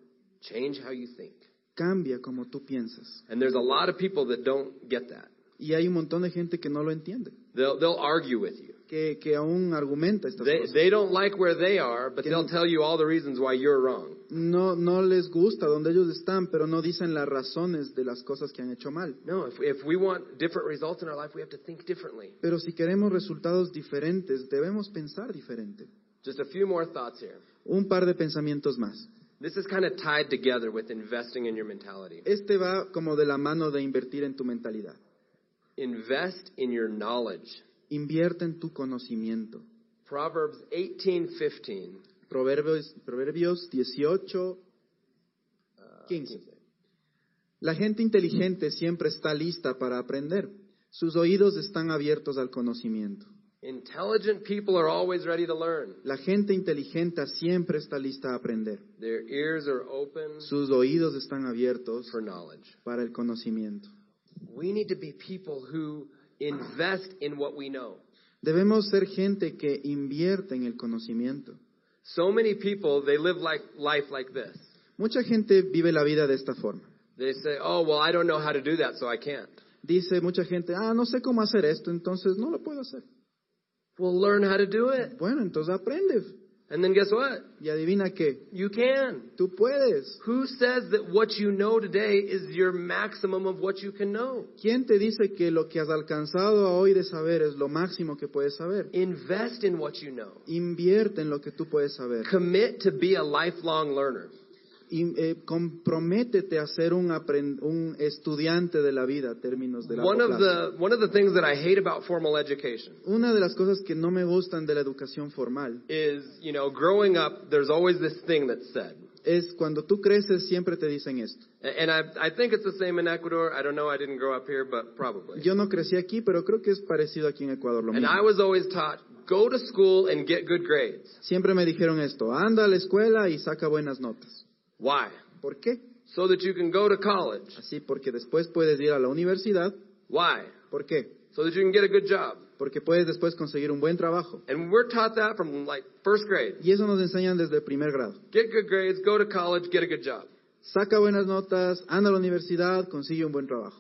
change how you think.
cambia como tú piensas.
And there's a lot of people that don't get that.
Y hay un montón de gente que no lo entiende,
They'll, they'll argue with you.
que, que aún argumenta estas
They,
cosas.
they don't like where they are, but they'll tell you all the reasons why you're wrong.
No, no les gusta donde ellos están, pero no dicen las razones de las cosas que han hecho mal.
No, if, if we want different results in our life, we have to think differently.
Pero si queremos resultados diferentes, debemos pensar diferente.
Just a few more thoughts here.
Un par de pensamientos más.
This is kind of tied together with investing in your mentality.
Este va como de la mano de invertir en tu mentalidad.
Invest in your knowledge.
Invierte en tu conocimiento.
Proverbs 18:15.
Proverbios, Proverbios 18,
Uh,
15. La gente inteligente siempre está lista para aprender. Sus oídos están abiertos al conocimiento.
Intelligent people are always ready to learn.
La gente inteligente siempre está lista a aprender.
Their ears are open
Sus oídos están abiertos
for knowledge.
para el conocimiento.
We need to be people who invest in what we know.
Debemos ser gente que invierte en el conocimiento.
So many people, they live like life like this.
Mucha gente vive la vida de esta forma.
They say, "Oh, well, I don't know how to do that, so I can't."
Dice mucha gente, ah, no sé cómo hacer esto, entonces no lo puedo hacer.
Well, learn how to do it.
Bueno, entonces aprende.
And then guess what?
Y adivina qué,
You can.
tú puedes.
Who says that what you know today is your maximum of what you can know?
¿Quién te dice que lo que has alcanzado a hoy de saber es lo máximo que puedes saber?
Invest in what you know.
Invierte en lo que tú puedes saber.
Commit to be a lifelong learner.
Y, eh, comprométete a ser un, apren- un estudiante de la vida, términos de la
One of the one of the things that I hate about formal education
Una de las cosas que no me gustan de la educación formal
is, you know, growing up, there's always this thing that's said.
es cuando tú creces siempre te dicen esto.
And I, I think it's the same in Ecuador. I don't know. I didn't grow up here, but probably.
Yo no crecí aquí, pero creo que es parecido aquí en Ecuador lo
And
mismo.
I was always taught, go to school and get good grades.
Siempre me dijeron esto, anda a la escuela y saca buenas notas.
Why?
¿Por qué?
So that you can go to college.
Así porque después puedes ir a la universidad.
Why?
¿Por qué?
So that you can get a good job.
Porque puedes después conseguir un buen trabajo.
And we're taught that from like first grade.
Y eso nos enseñan desde el primer grado.
Get good grades, go to college, get a good job.
Saca buenas notas, anda a la universidad, consigue un buen trabajo.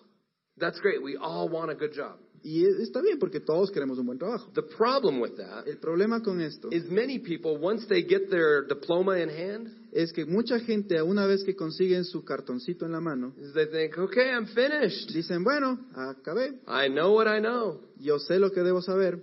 That's great. We all want a good job.
Y e- está bien porque todos queremos un buen trabajo.
The problem with that
El problema con esto
is many people, once they get their diploma in hand,
es que mucha gente, una vez que consiguen su cartoncito en la mano,
is they think, okay, I'm finished.
dicen, bueno, acabé,
I know what I know.
yo sé lo que debo saber.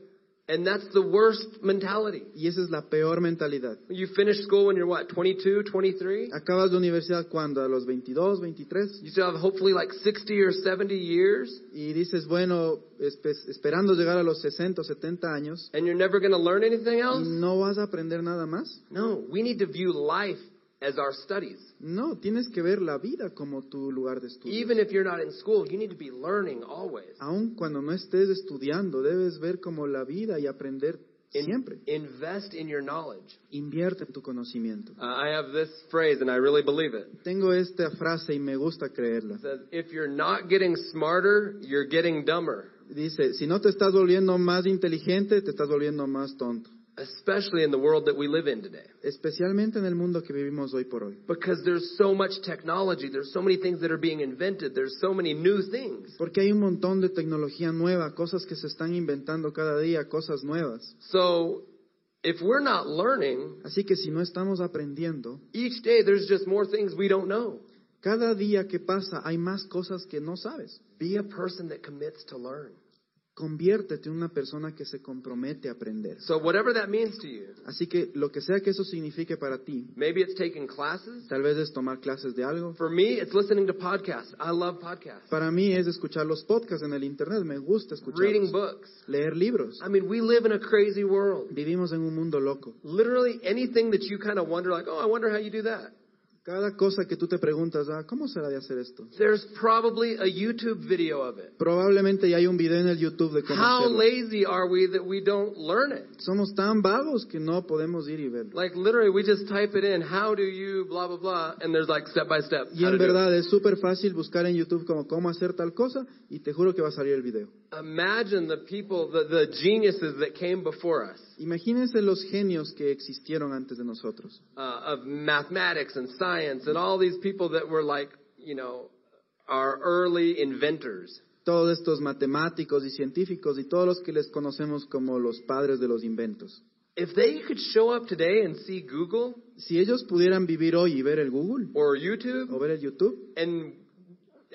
And that's the worst mentality.
Y esa es la peor mentalidad.
You finish school when you're what, 22, 23?
Acabas la universidad cuando, a los 22, 23,
You still have hopefully like 60 or 70 years,
y dices, bueno, espe- esperando llegar a los 60 o 70 años,
and you're never going to learn anything else?
¿no vas a aprender nada más?
No, we need to view life as our studies.
No, tienes que ver la vida como tu lugar de estudio.
Even if you're not in school, you need to be learning always.
Aun cuando no estés estudiando, debes ver como la vida y aprender
In-
siempre.
Invest in your knowledge.
Invierte en tu conocimiento.
Uh, I have this phrase, and I really believe it.
Tengo esta frase y me gusta creerla.
It says, if you're not getting smarter, you're getting dumber,
Dice, si no te estás volviendo más inteligente, te estás volviendo más tonto.
especially in the world that we live in today.
Especialmente en el mundo que vivimos hoy por hoy.
Because there's so much technology, there's so many things that are being invented, there's so many new things.
Porque hay un montón de tecnología nueva, cosas que se están inventando cada día, cosas nuevas.
So if we're not learning,
Así que si no estamos aprendiendo,
each day there's just more things we don't know.
cada día que pasa hay más cosas que no sabes.
Be a person that commits to learn.
Conviértete en una persona que se compromete a aprender.
So whatever that means to you,
Así que lo que sea que eso signifique para ti,
maybe it's taking classes.
tal vez es tomar clases de algo.
For me, it's listening to podcasts. I love podcasts.
Para mí es escuchar los podcasts en el internet, me gusta escuchar.
Reading books.
Leer libros.
I mean, we live in a crazy world.
Vivimos en un mundo loco.
Literally anything that you kind of wonder, like, oh, I wonder how you do that.
Cada cosa que tú te preguntas, ah, ¿cómo será de hacer esto?
There's probably a YouTube video of it.
Probablemente ya hay un video en el YouTube de
How
conocerlo.
lazy are we that we don't learn it?
Somos tan vagos que no podemos ir y verlo.
Like literally, we just type it in. How do you blah blah blah? And there's like step by step.
Y
how to
en
do it.
verdad es súper fácil buscar en YouTube como cómo hacer tal cosa y te juro que va a salir el video.
Imagine the people, the, the geniuses that came before us
Imagínense los genios que existieron antes de nosotros,
uh, of mathematics and science and all these people that were like, you know, our early inventors.
todos estos matemáticos y científicos y todos los que les conocemos como los padres de los inventos.
If they could show up today and see Google
Si ellos pudieran vivir hoy y ver el Google
or
o
YouTube
ver el YouTube,
and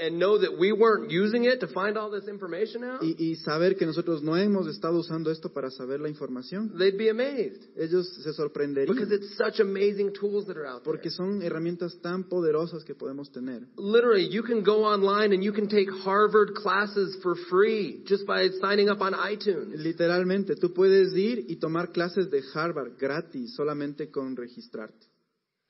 and know that we weren't using it to find all this information out,
y, y saber que nosotros no hemos estado usando esto para saber la información,
they'd be amazed
ellos se
because
sorprenderían
it's such amazing tools that are out there.
porque son herramientas tan poderosas que podemos tener.
Literally, you can go online and you can take Harvard classes for free just by signing up on iTunes.
Literalmente, tú puedes ir y tomar clases de Harvard gratis solamente con registrarte.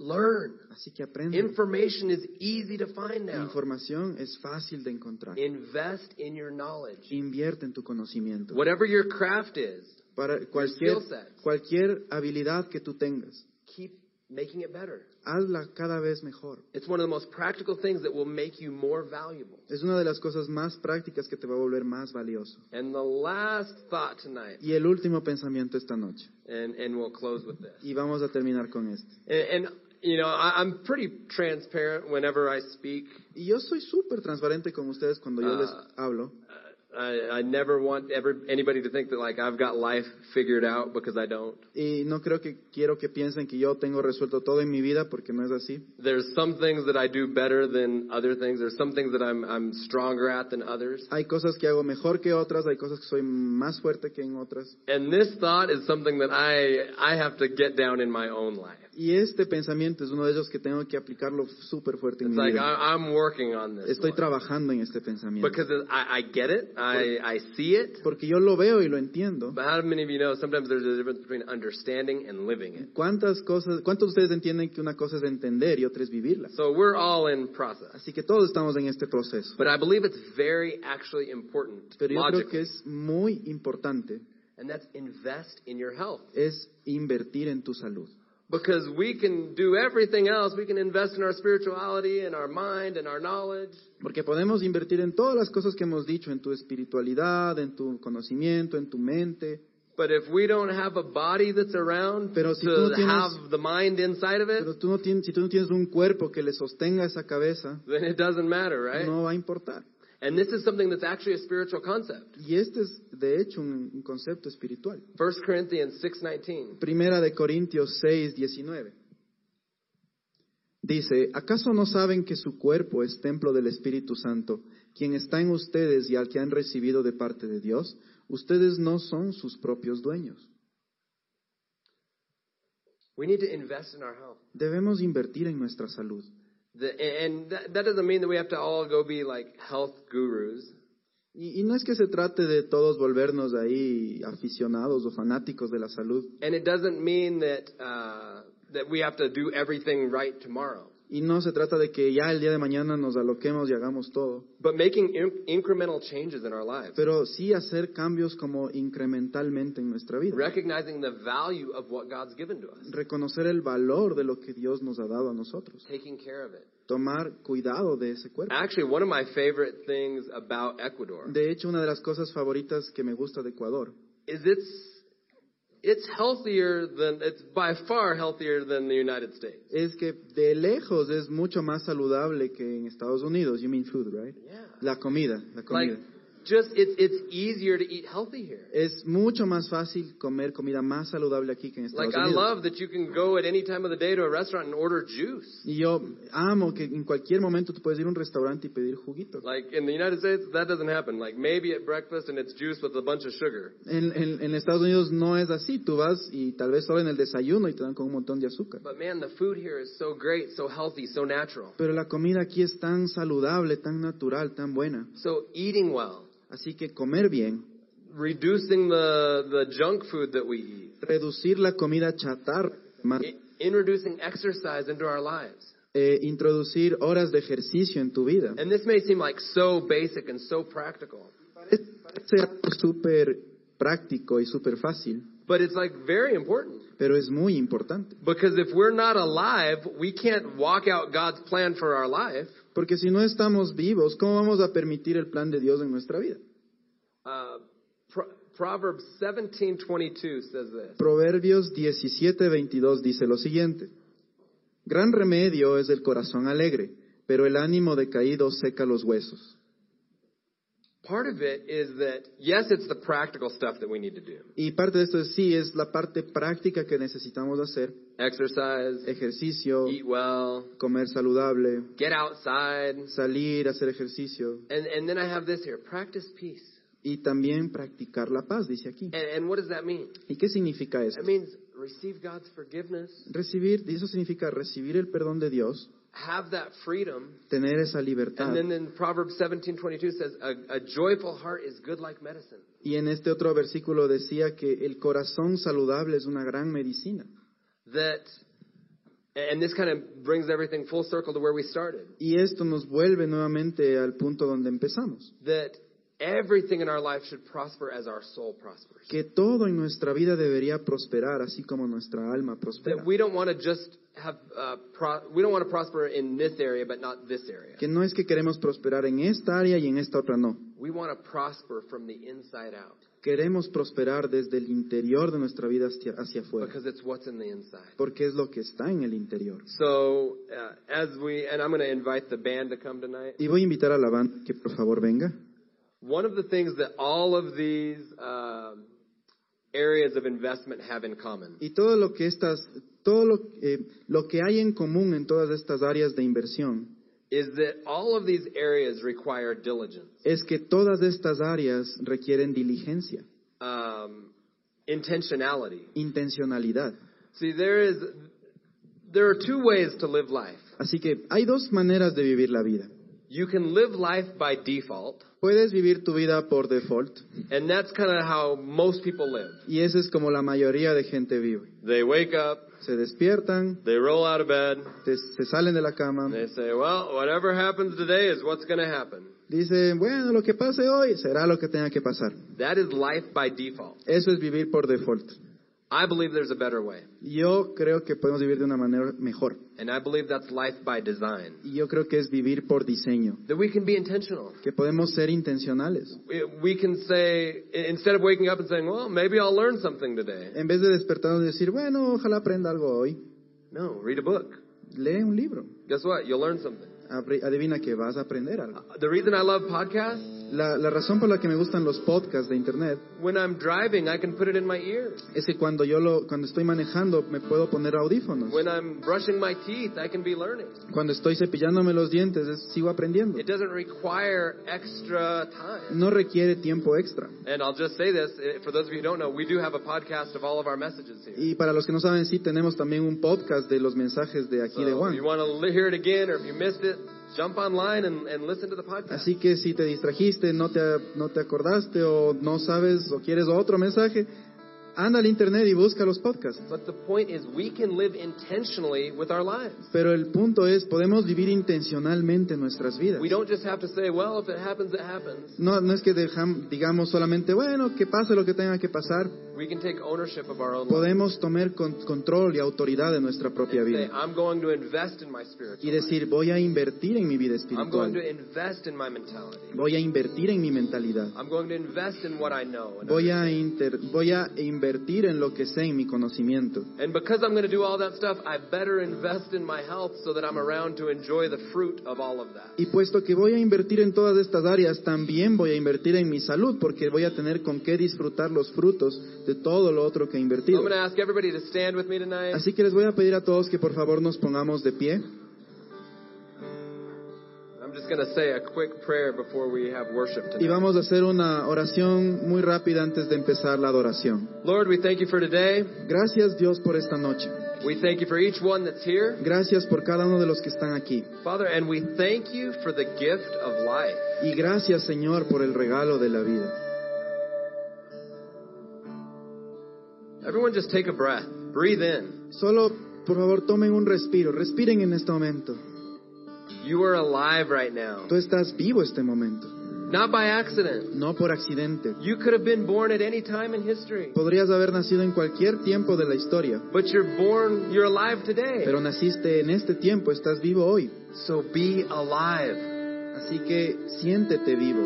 Learn.
Así que aprende.
Information is easy to find
La
now.
información es fácil de encontrar.
Invest in your knowledge.
Invierte en tu conocimiento.
Whatever your craft is,
Para cualquier,
skill set.
cualquier habilidad que tú tengas,
keep making it better.
hazla cada vez mejor.
It's one of the most practical things that will make you more valuable.
Es una de las cosas más prácticas que te va a volver más valioso.
And the last thought tonight,
Y el último pensamiento esta noche.
and, and we'll close with this.
Y vamos a terminar con este.
And, and you know, I, I'm pretty transparent whenever I speak.
Y yo soy súper transparente con ustedes cuando yo les
Ah.
hablo.
I, I never want ever anybody to think that like I've got life figured out because I don't.
Y no creo que quiero que piensen que yo tengo resuelto todo en mi vida porque no es así.
There's some things that I do better than other things. There's some things that I'm I'm stronger at than others.
Hay cosas que hago mejor que otras, hay cosas que soy más fuerte que en otras.
And this thought is something that I I have to get down in my own life.
Y este pensamiento es uno de ellos que tengo que aplicarlo súper fuerte en
It's
mi
like ah,
vida.
I, I'm working on this
Estoy
one.
trabajando en este pensamiento.
because it- I, I get it, I I see it.
Porque yo lo veo y lo entiendo.
But how many of you know sometimes there's a difference between understanding and living it.
¿Cuántas cosas, cuántos de ustedes entienden que una cosa es entender y otra es vivirla?
So we're all in process.
Así que todos estamos en este proceso.
But I believe it's very actually important
Pero yo creo que
logically,
es muy importante
and that's invest in your health.
es invertir en tu salud.
Because we can do everything else. We can invest in our spirituality and our mind and our knowledge.
Porque podemos invertir en todas las cosas que hemos dicho, en tu espiritualidad, en tu conocimiento, en tu mente.
But if we don't have a body that's around
Pero si
to
tú no tienes-
have the mind inside of it,
Pero tú no tienes, si tú no tienes un cuerpo que le sostenga esa cabeza,
then it doesn't matter, right?
no va a importar.
And this is something that's actually a spiritual concept.
Y este es, de hecho, un, un concepto espiritual.
1 Corinthians 6:19.
Primera de Corintios 6, 19. Dice, ¿acaso no saben que su cuerpo es templo del Espíritu Santo, quien está en ustedes y al que han recibido de parte de Dios? Ustedes no son sus propios dueños.
We need to invest in our health.
Debemos invertir en nuestra salud.
The, and that, that doesn't mean that we have to all go be like health gurus.
Y, y no es que se trate de todos volvernos ahí aficionados o fanáticos de la salud.
And it doesn't mean that uh, that we have to do everything right tomorrow.
Y no se trata de que ya el día de mañana nos aloquemos y hagamos todo.
But making in- incremental changes in our lives,
Pero sí hacer cambios como incrementalmente en nuestra vida.
recognizing the value of what God's given to us,
reconocer el valor de lo que Dios nos ha dado a nosotros,
taking care of it.
tomar cuidado de ese cuerpo.
Actually, one of my favorite things about Ecuador
De hecho, una de las cosas favoritas que me gusta de Ecuador
is it's it's healthier than it's by far healthier than the United States.
es que de lejos es mucho más saludable que en Estados Unidos. You mean food, right?
Yeah.
La comida, la
Like
comida.
just it's it's easier to eat healthy here.
es mucho más fácil comer comida más saludable aquí que en Estados
Like I
Unidos.
love that you can go at any time of the day to a restaurant and order juice.
Y yo amo que en cualquier momento tú puedes ir a un restaurante y pedir juguito.
Like in the United States, that doesn't happen. Like maybe at breakfast and it's juice with a bunch of sugar.
En, en, en Estados Unidos no es así. Tú vas y tal vez solo en el desayuno y te dan con un montón de azúcar.
But man, the food here is so great, so healthy, so natural.
Pero la comida aquí es tan saludable, tan natural, tan buena.
So eating well,
Así que comer bien,
reducing the the junk food that we eat,
reducir la comida chatarra, más,
i- introducing exercise into our lives.
eh, introducir horas de ejercicio en tu vida.
And this may seem like so basic and so practical,
Parece, parece algo súper práctico y súper fácil,
but it's like very important.
pero es muy importante.
Because if we're not alive, we can't walk out God's plan for our life.
Porque si no estamos vivos, ¿cómo vamos a permitir el plan de Dios en nuestra vida?
Uh, Pro- Proverbs 17:22 says this.
Proverbios 17:22 dice lo siguiente. Gran remedio es el corazón alegre, pero el ánimo decaído seca los huesos.
Part of it is that yes, it's the practical stuff that we need to do.
Y parte de esto es, sí es la parte práctica que necesitamos hacer,
Exercise,
ejercicio,
eat well,
comer saludable,
get outside.
salir, hacer ejercicio
And and then I have this here, practice peace.
y también practicar la paz, dice aquí.
And and what does that mean?
¿Y qué significa eso?
It means receive God's forgiveness,
Recibir, eso significa recibir el perdón de Dios,
have that freedom.
tener esa libertad.
And then in Proverbs 17:22 says a, a joyful heart is good like medicine.
Y en este otro versículo decía que el corazón saludable es una gran medicina.
That and this kind of brings everything full circle to where we started.
Y esto nos vuelve nuevamente al punto donde empezamos,
that everything in our life should prosper as our soul prospers.
que todo en nuestra vida debería prosperar, así como nuestra alma prospera.
That we don't want to just have uh, pro- we don't want to prosper in this area, but not this area.
que no es que queremos prosperar en esta área y en esta otra no.
We want to prosper from the inside out
Queremos prosperar desde el interior de nuestra vida hacia, hacia afuera,
because it's what's in the inside.
porque es lo que está en el interior.
So uh, as we and I'm going to invite the band to come tonight.
Y voy a invitar a la banda que por favor venga.
One of the things that all of these um, areas of investment have in common
Y todo lo que estas, todo lo, eh, lo que hay en común en todas estas áreas de inversión
is that all of these areas require diligence,
es que todas estas áreas requieren diligencia,
um, intentionality.
intencionalidad.
See, there is there are two ways to live life.
Así que hay dos maneras de vivir la vida.
You can live life by default,
Puedes vivir tu vida por default
and that's kind of how most people live.
y eso es como la mayoría de gente vive.
They wake up,
Se despiertan,
they roll out of bed,
te- se salen de la
and
cama,
they say, "Well, whatever happens today is what's going to happen."
dicen, bueno, lo que pase hoy será lo que tenga que pasar.
That is life by default.
Eso es vivir por default.
I believe there's a better way,
Yo creo que podemos vivir de una manera mejor.
and I believe that's life by design.
Y yo creo que es vivir por diseño,
That we can be intentional.
que podemos ser intencionales.
We- We can say i- instead of waking up and saying, "Well, maybe I'll learn something today."
En vez de despertarnos y decir, bueno, ojalá aprenda algo hoy,
No, read a book.
lee un libro.
Guess what? You'll learn something. Uh,
Apre- Adivina que vas a aprender algo.
The reason I love podcasts
La, la razón por la que me gustan los podcasts de internet
When I'm driving, I can put it in my ears.
es que cuando yo lo, cuando estoy manejando me puedo poner audífonos.
When I'm brushing my teeth, I can be learning.
Cuando estoy cepillándome los dientes es- sigo aprendiendo.
It doesn't require extra time.
No requiere tiempo extra.
And I'll just say this eh, for those of you who don't know, we do have a podcast of all of our messages here.
Y para los que no saben, sí tenemos también un podcast de los mensajes de aquí
So
de
if you
Juan.
want to hear it again or if you missed it, jump online and, and listen to the podcast.
Así que si te distrajiste, no te, no te acordaste o no sabes o quieres otro mensaje, anda al internet y busca los podcasts.
But the point is, we can live intentionally with our lives.
Pero el punto es, podemos vivir intencionalmente nuestras vidas.
We don't just have to say, well, if it happens, it happens.
No, no es que dejam- digamos solamente, bueno, que pase lo que tenga que pasar.
We can take ownership of our own lives.
Podemos tomar con- control y autoridad de nuestra propia
And say,
vida.
Este, I'm going to invest in my spiritual
Y
life.
decir, voy a invertir en mi vida
I'm going
espiritual.
to invest in my mentality.
Voy a invertir en mi mentalidad.
I'm going to invest in what I know. And,
Voy a, inter- voy a invertir en lo que sé, en mi conocimiento.
and because I'm going to do all that stuff, I better invest in my health so that I'm around to enjoy the fruit of all of that.
Y puesto que voy a invertir en todas estas áreas, también voy a invertir en mi salud, porque voy a tener con qué disfrutar los frutos de todo lo otro que he
So
invertido.
I'm going to ask everybody to stand with me tonight.
Así que les voy a pedir a todos que por favor nos pongamos de pie.
I'm just going to say a quick prayer before we have worship
Y
tonight.
vamos a hacer una oración muy rápida antes de empezar la adoración.
Lord, we thank you for today.
Gracias Dios por esta noche.
We thank you for each one that's here.
Gracias por cada uno de los que están aquí.
Father, and we thank you for the gift of life.
Y gracias Señor por el regalo de la vida.
Everyone just take a breath. Breathe in.
Solo por favor tomen un respiro, respiren en este momento.
You are alive right now.
Tú estás vivo este momento,
Not by accident.
no por accidente.
You could have been born at any time in history.
Podrías haber nacido en cualquier tiempo de la historia,
But you're born, you're alive today.
pero naciste en este tiempo, estás vivo hoy.
So be alive.
Así que siéntete vivo.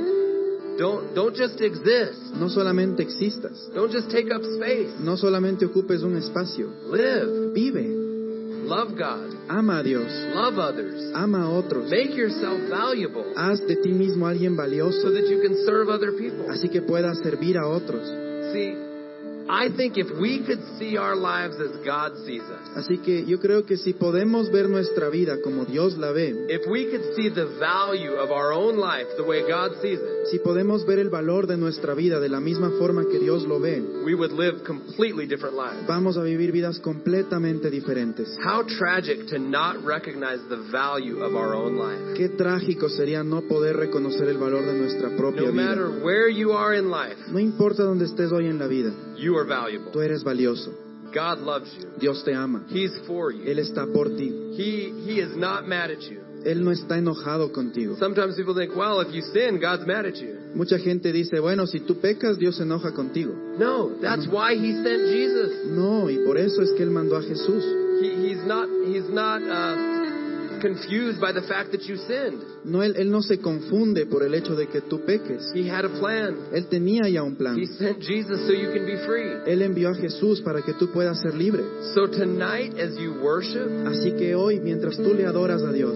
Don't don't just exist.
No solamente existas,
Don't just take up space.
no solamente ocupes un espacio,
Live.
vive,
Love God.
ama a Dios,
Love others.
ama a otros,
Make yourself valuable
haz de ti mismo alguien valioso,
so that you can serve other people.
así que puedas servir a otros.
See, I think if we could see our lives as God sees us,
Así que yo creo que si podemos ver nuestra vida como Dios la ve,
if we could see the value of our own life the way God sees it,
si podemos ver el valor de nuestra vida de la misma forma que Dios lo ve,
we would live completely different lives.
vamos a vivir vidas completamente diferentes.
How tragic to not recognize the value of our own life.
Qué trágico sería no poder reconocer el valor de nuestra propia
No
vida.
matter where you are in life,
No importa dónde estés hoy en la vida,
You are valuable.
tú eres valioso.
God loves you.
Dios te ama.
He's for you.
Él está por ti.
He He is not mad at you.
Él no está enojado contigo.
Sometimes people think, well, if you sin, God's mad at you.
Mucha gente dice, bueno, si tú pecas, Dios se enoja contigo.
No, that's why He sent Jesus.
No, y por eso es que Él mandó a Jesús.
He, he's not He's not uh, confused by the fact that you sinned.
No, él, él no se confunde por el hecho de que tú peques.
He had a plan.
Él tenía ya un plan.
He sent Jesus so you can be free.
Él envió a Jesús para que tú puedas ser libre.
So tonight, as you worship,
Así que hoy, mientras tú le adoras a Dios,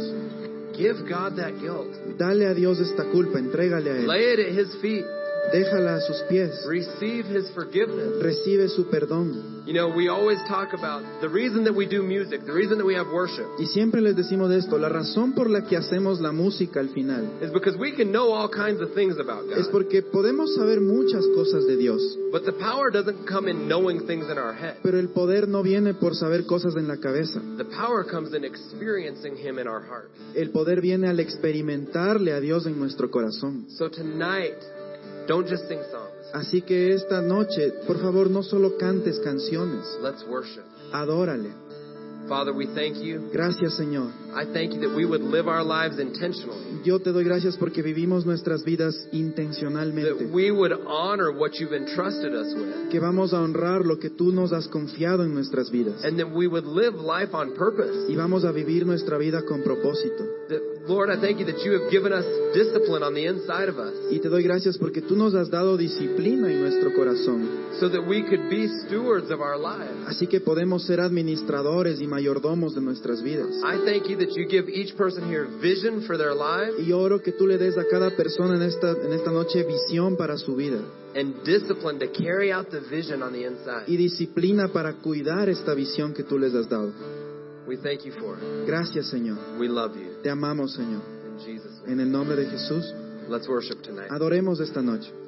Give God that guilt.
Dale a Dios esta culpa, entrégale a Él.
Lay it at His feet.
Déjala a sus pies.
Receive His forgiveness.
Recibe su perdón.
You know, we always talk about the reason that we do music, the reason that we have worship,
Y siempre les decimos esto, la razón por la que hacemos la música al final
is because we can know all kinds of things about
es
God.
porque podemos saber muchas cosas de Dios,
But the power doesn't come in knowing things in our head.
pero el poder no viene por saber cosas en la cabeza.
The power comes in experiencing Him in our heart.
El poder viene al experimentarle a Dios en nuestro corazón.
So tonight, don't just sing songs.
Así que esta noche, por favor, no solo cantes canciones,
Let's worship.
adórale.
Father, we thank you.
Gracias, Señor.
I thank you that we would live our lives intentionally,
Yo te doy gracias porque vivimos nuestras vidas
that
intencionalmente,
we would honor what you've entrusted us with,
que vamos a honrar lo que tú nos has confiado en nuestras vidas
and that we would live life on purpose.
y vamos a vivir nuestra vida con propósito.
That, Lord, I thank you that you have given us discipline on the inside of us
Y te doy gracias porque tú nos has dado disciplina en nuestro corazón,
so that we could be stewards of our lives.
así que podemos ser administradores y mayordomos de nuestras vidas.
I thank you that you give each person here vision for their lives
Y yo oro que tú le des a cada persona en esta, en esta noche visión para su vida
and discipline to carry out the vision on the inside.
y disciplina para cuidar esta visión que tú les has dado.
We thank you for it.
Gracias Señor,
We love you.
te amamos Señor.
In Jesus' name.
En el nombre de Jesús,
Let's worship tonight.
adoremos esta noche.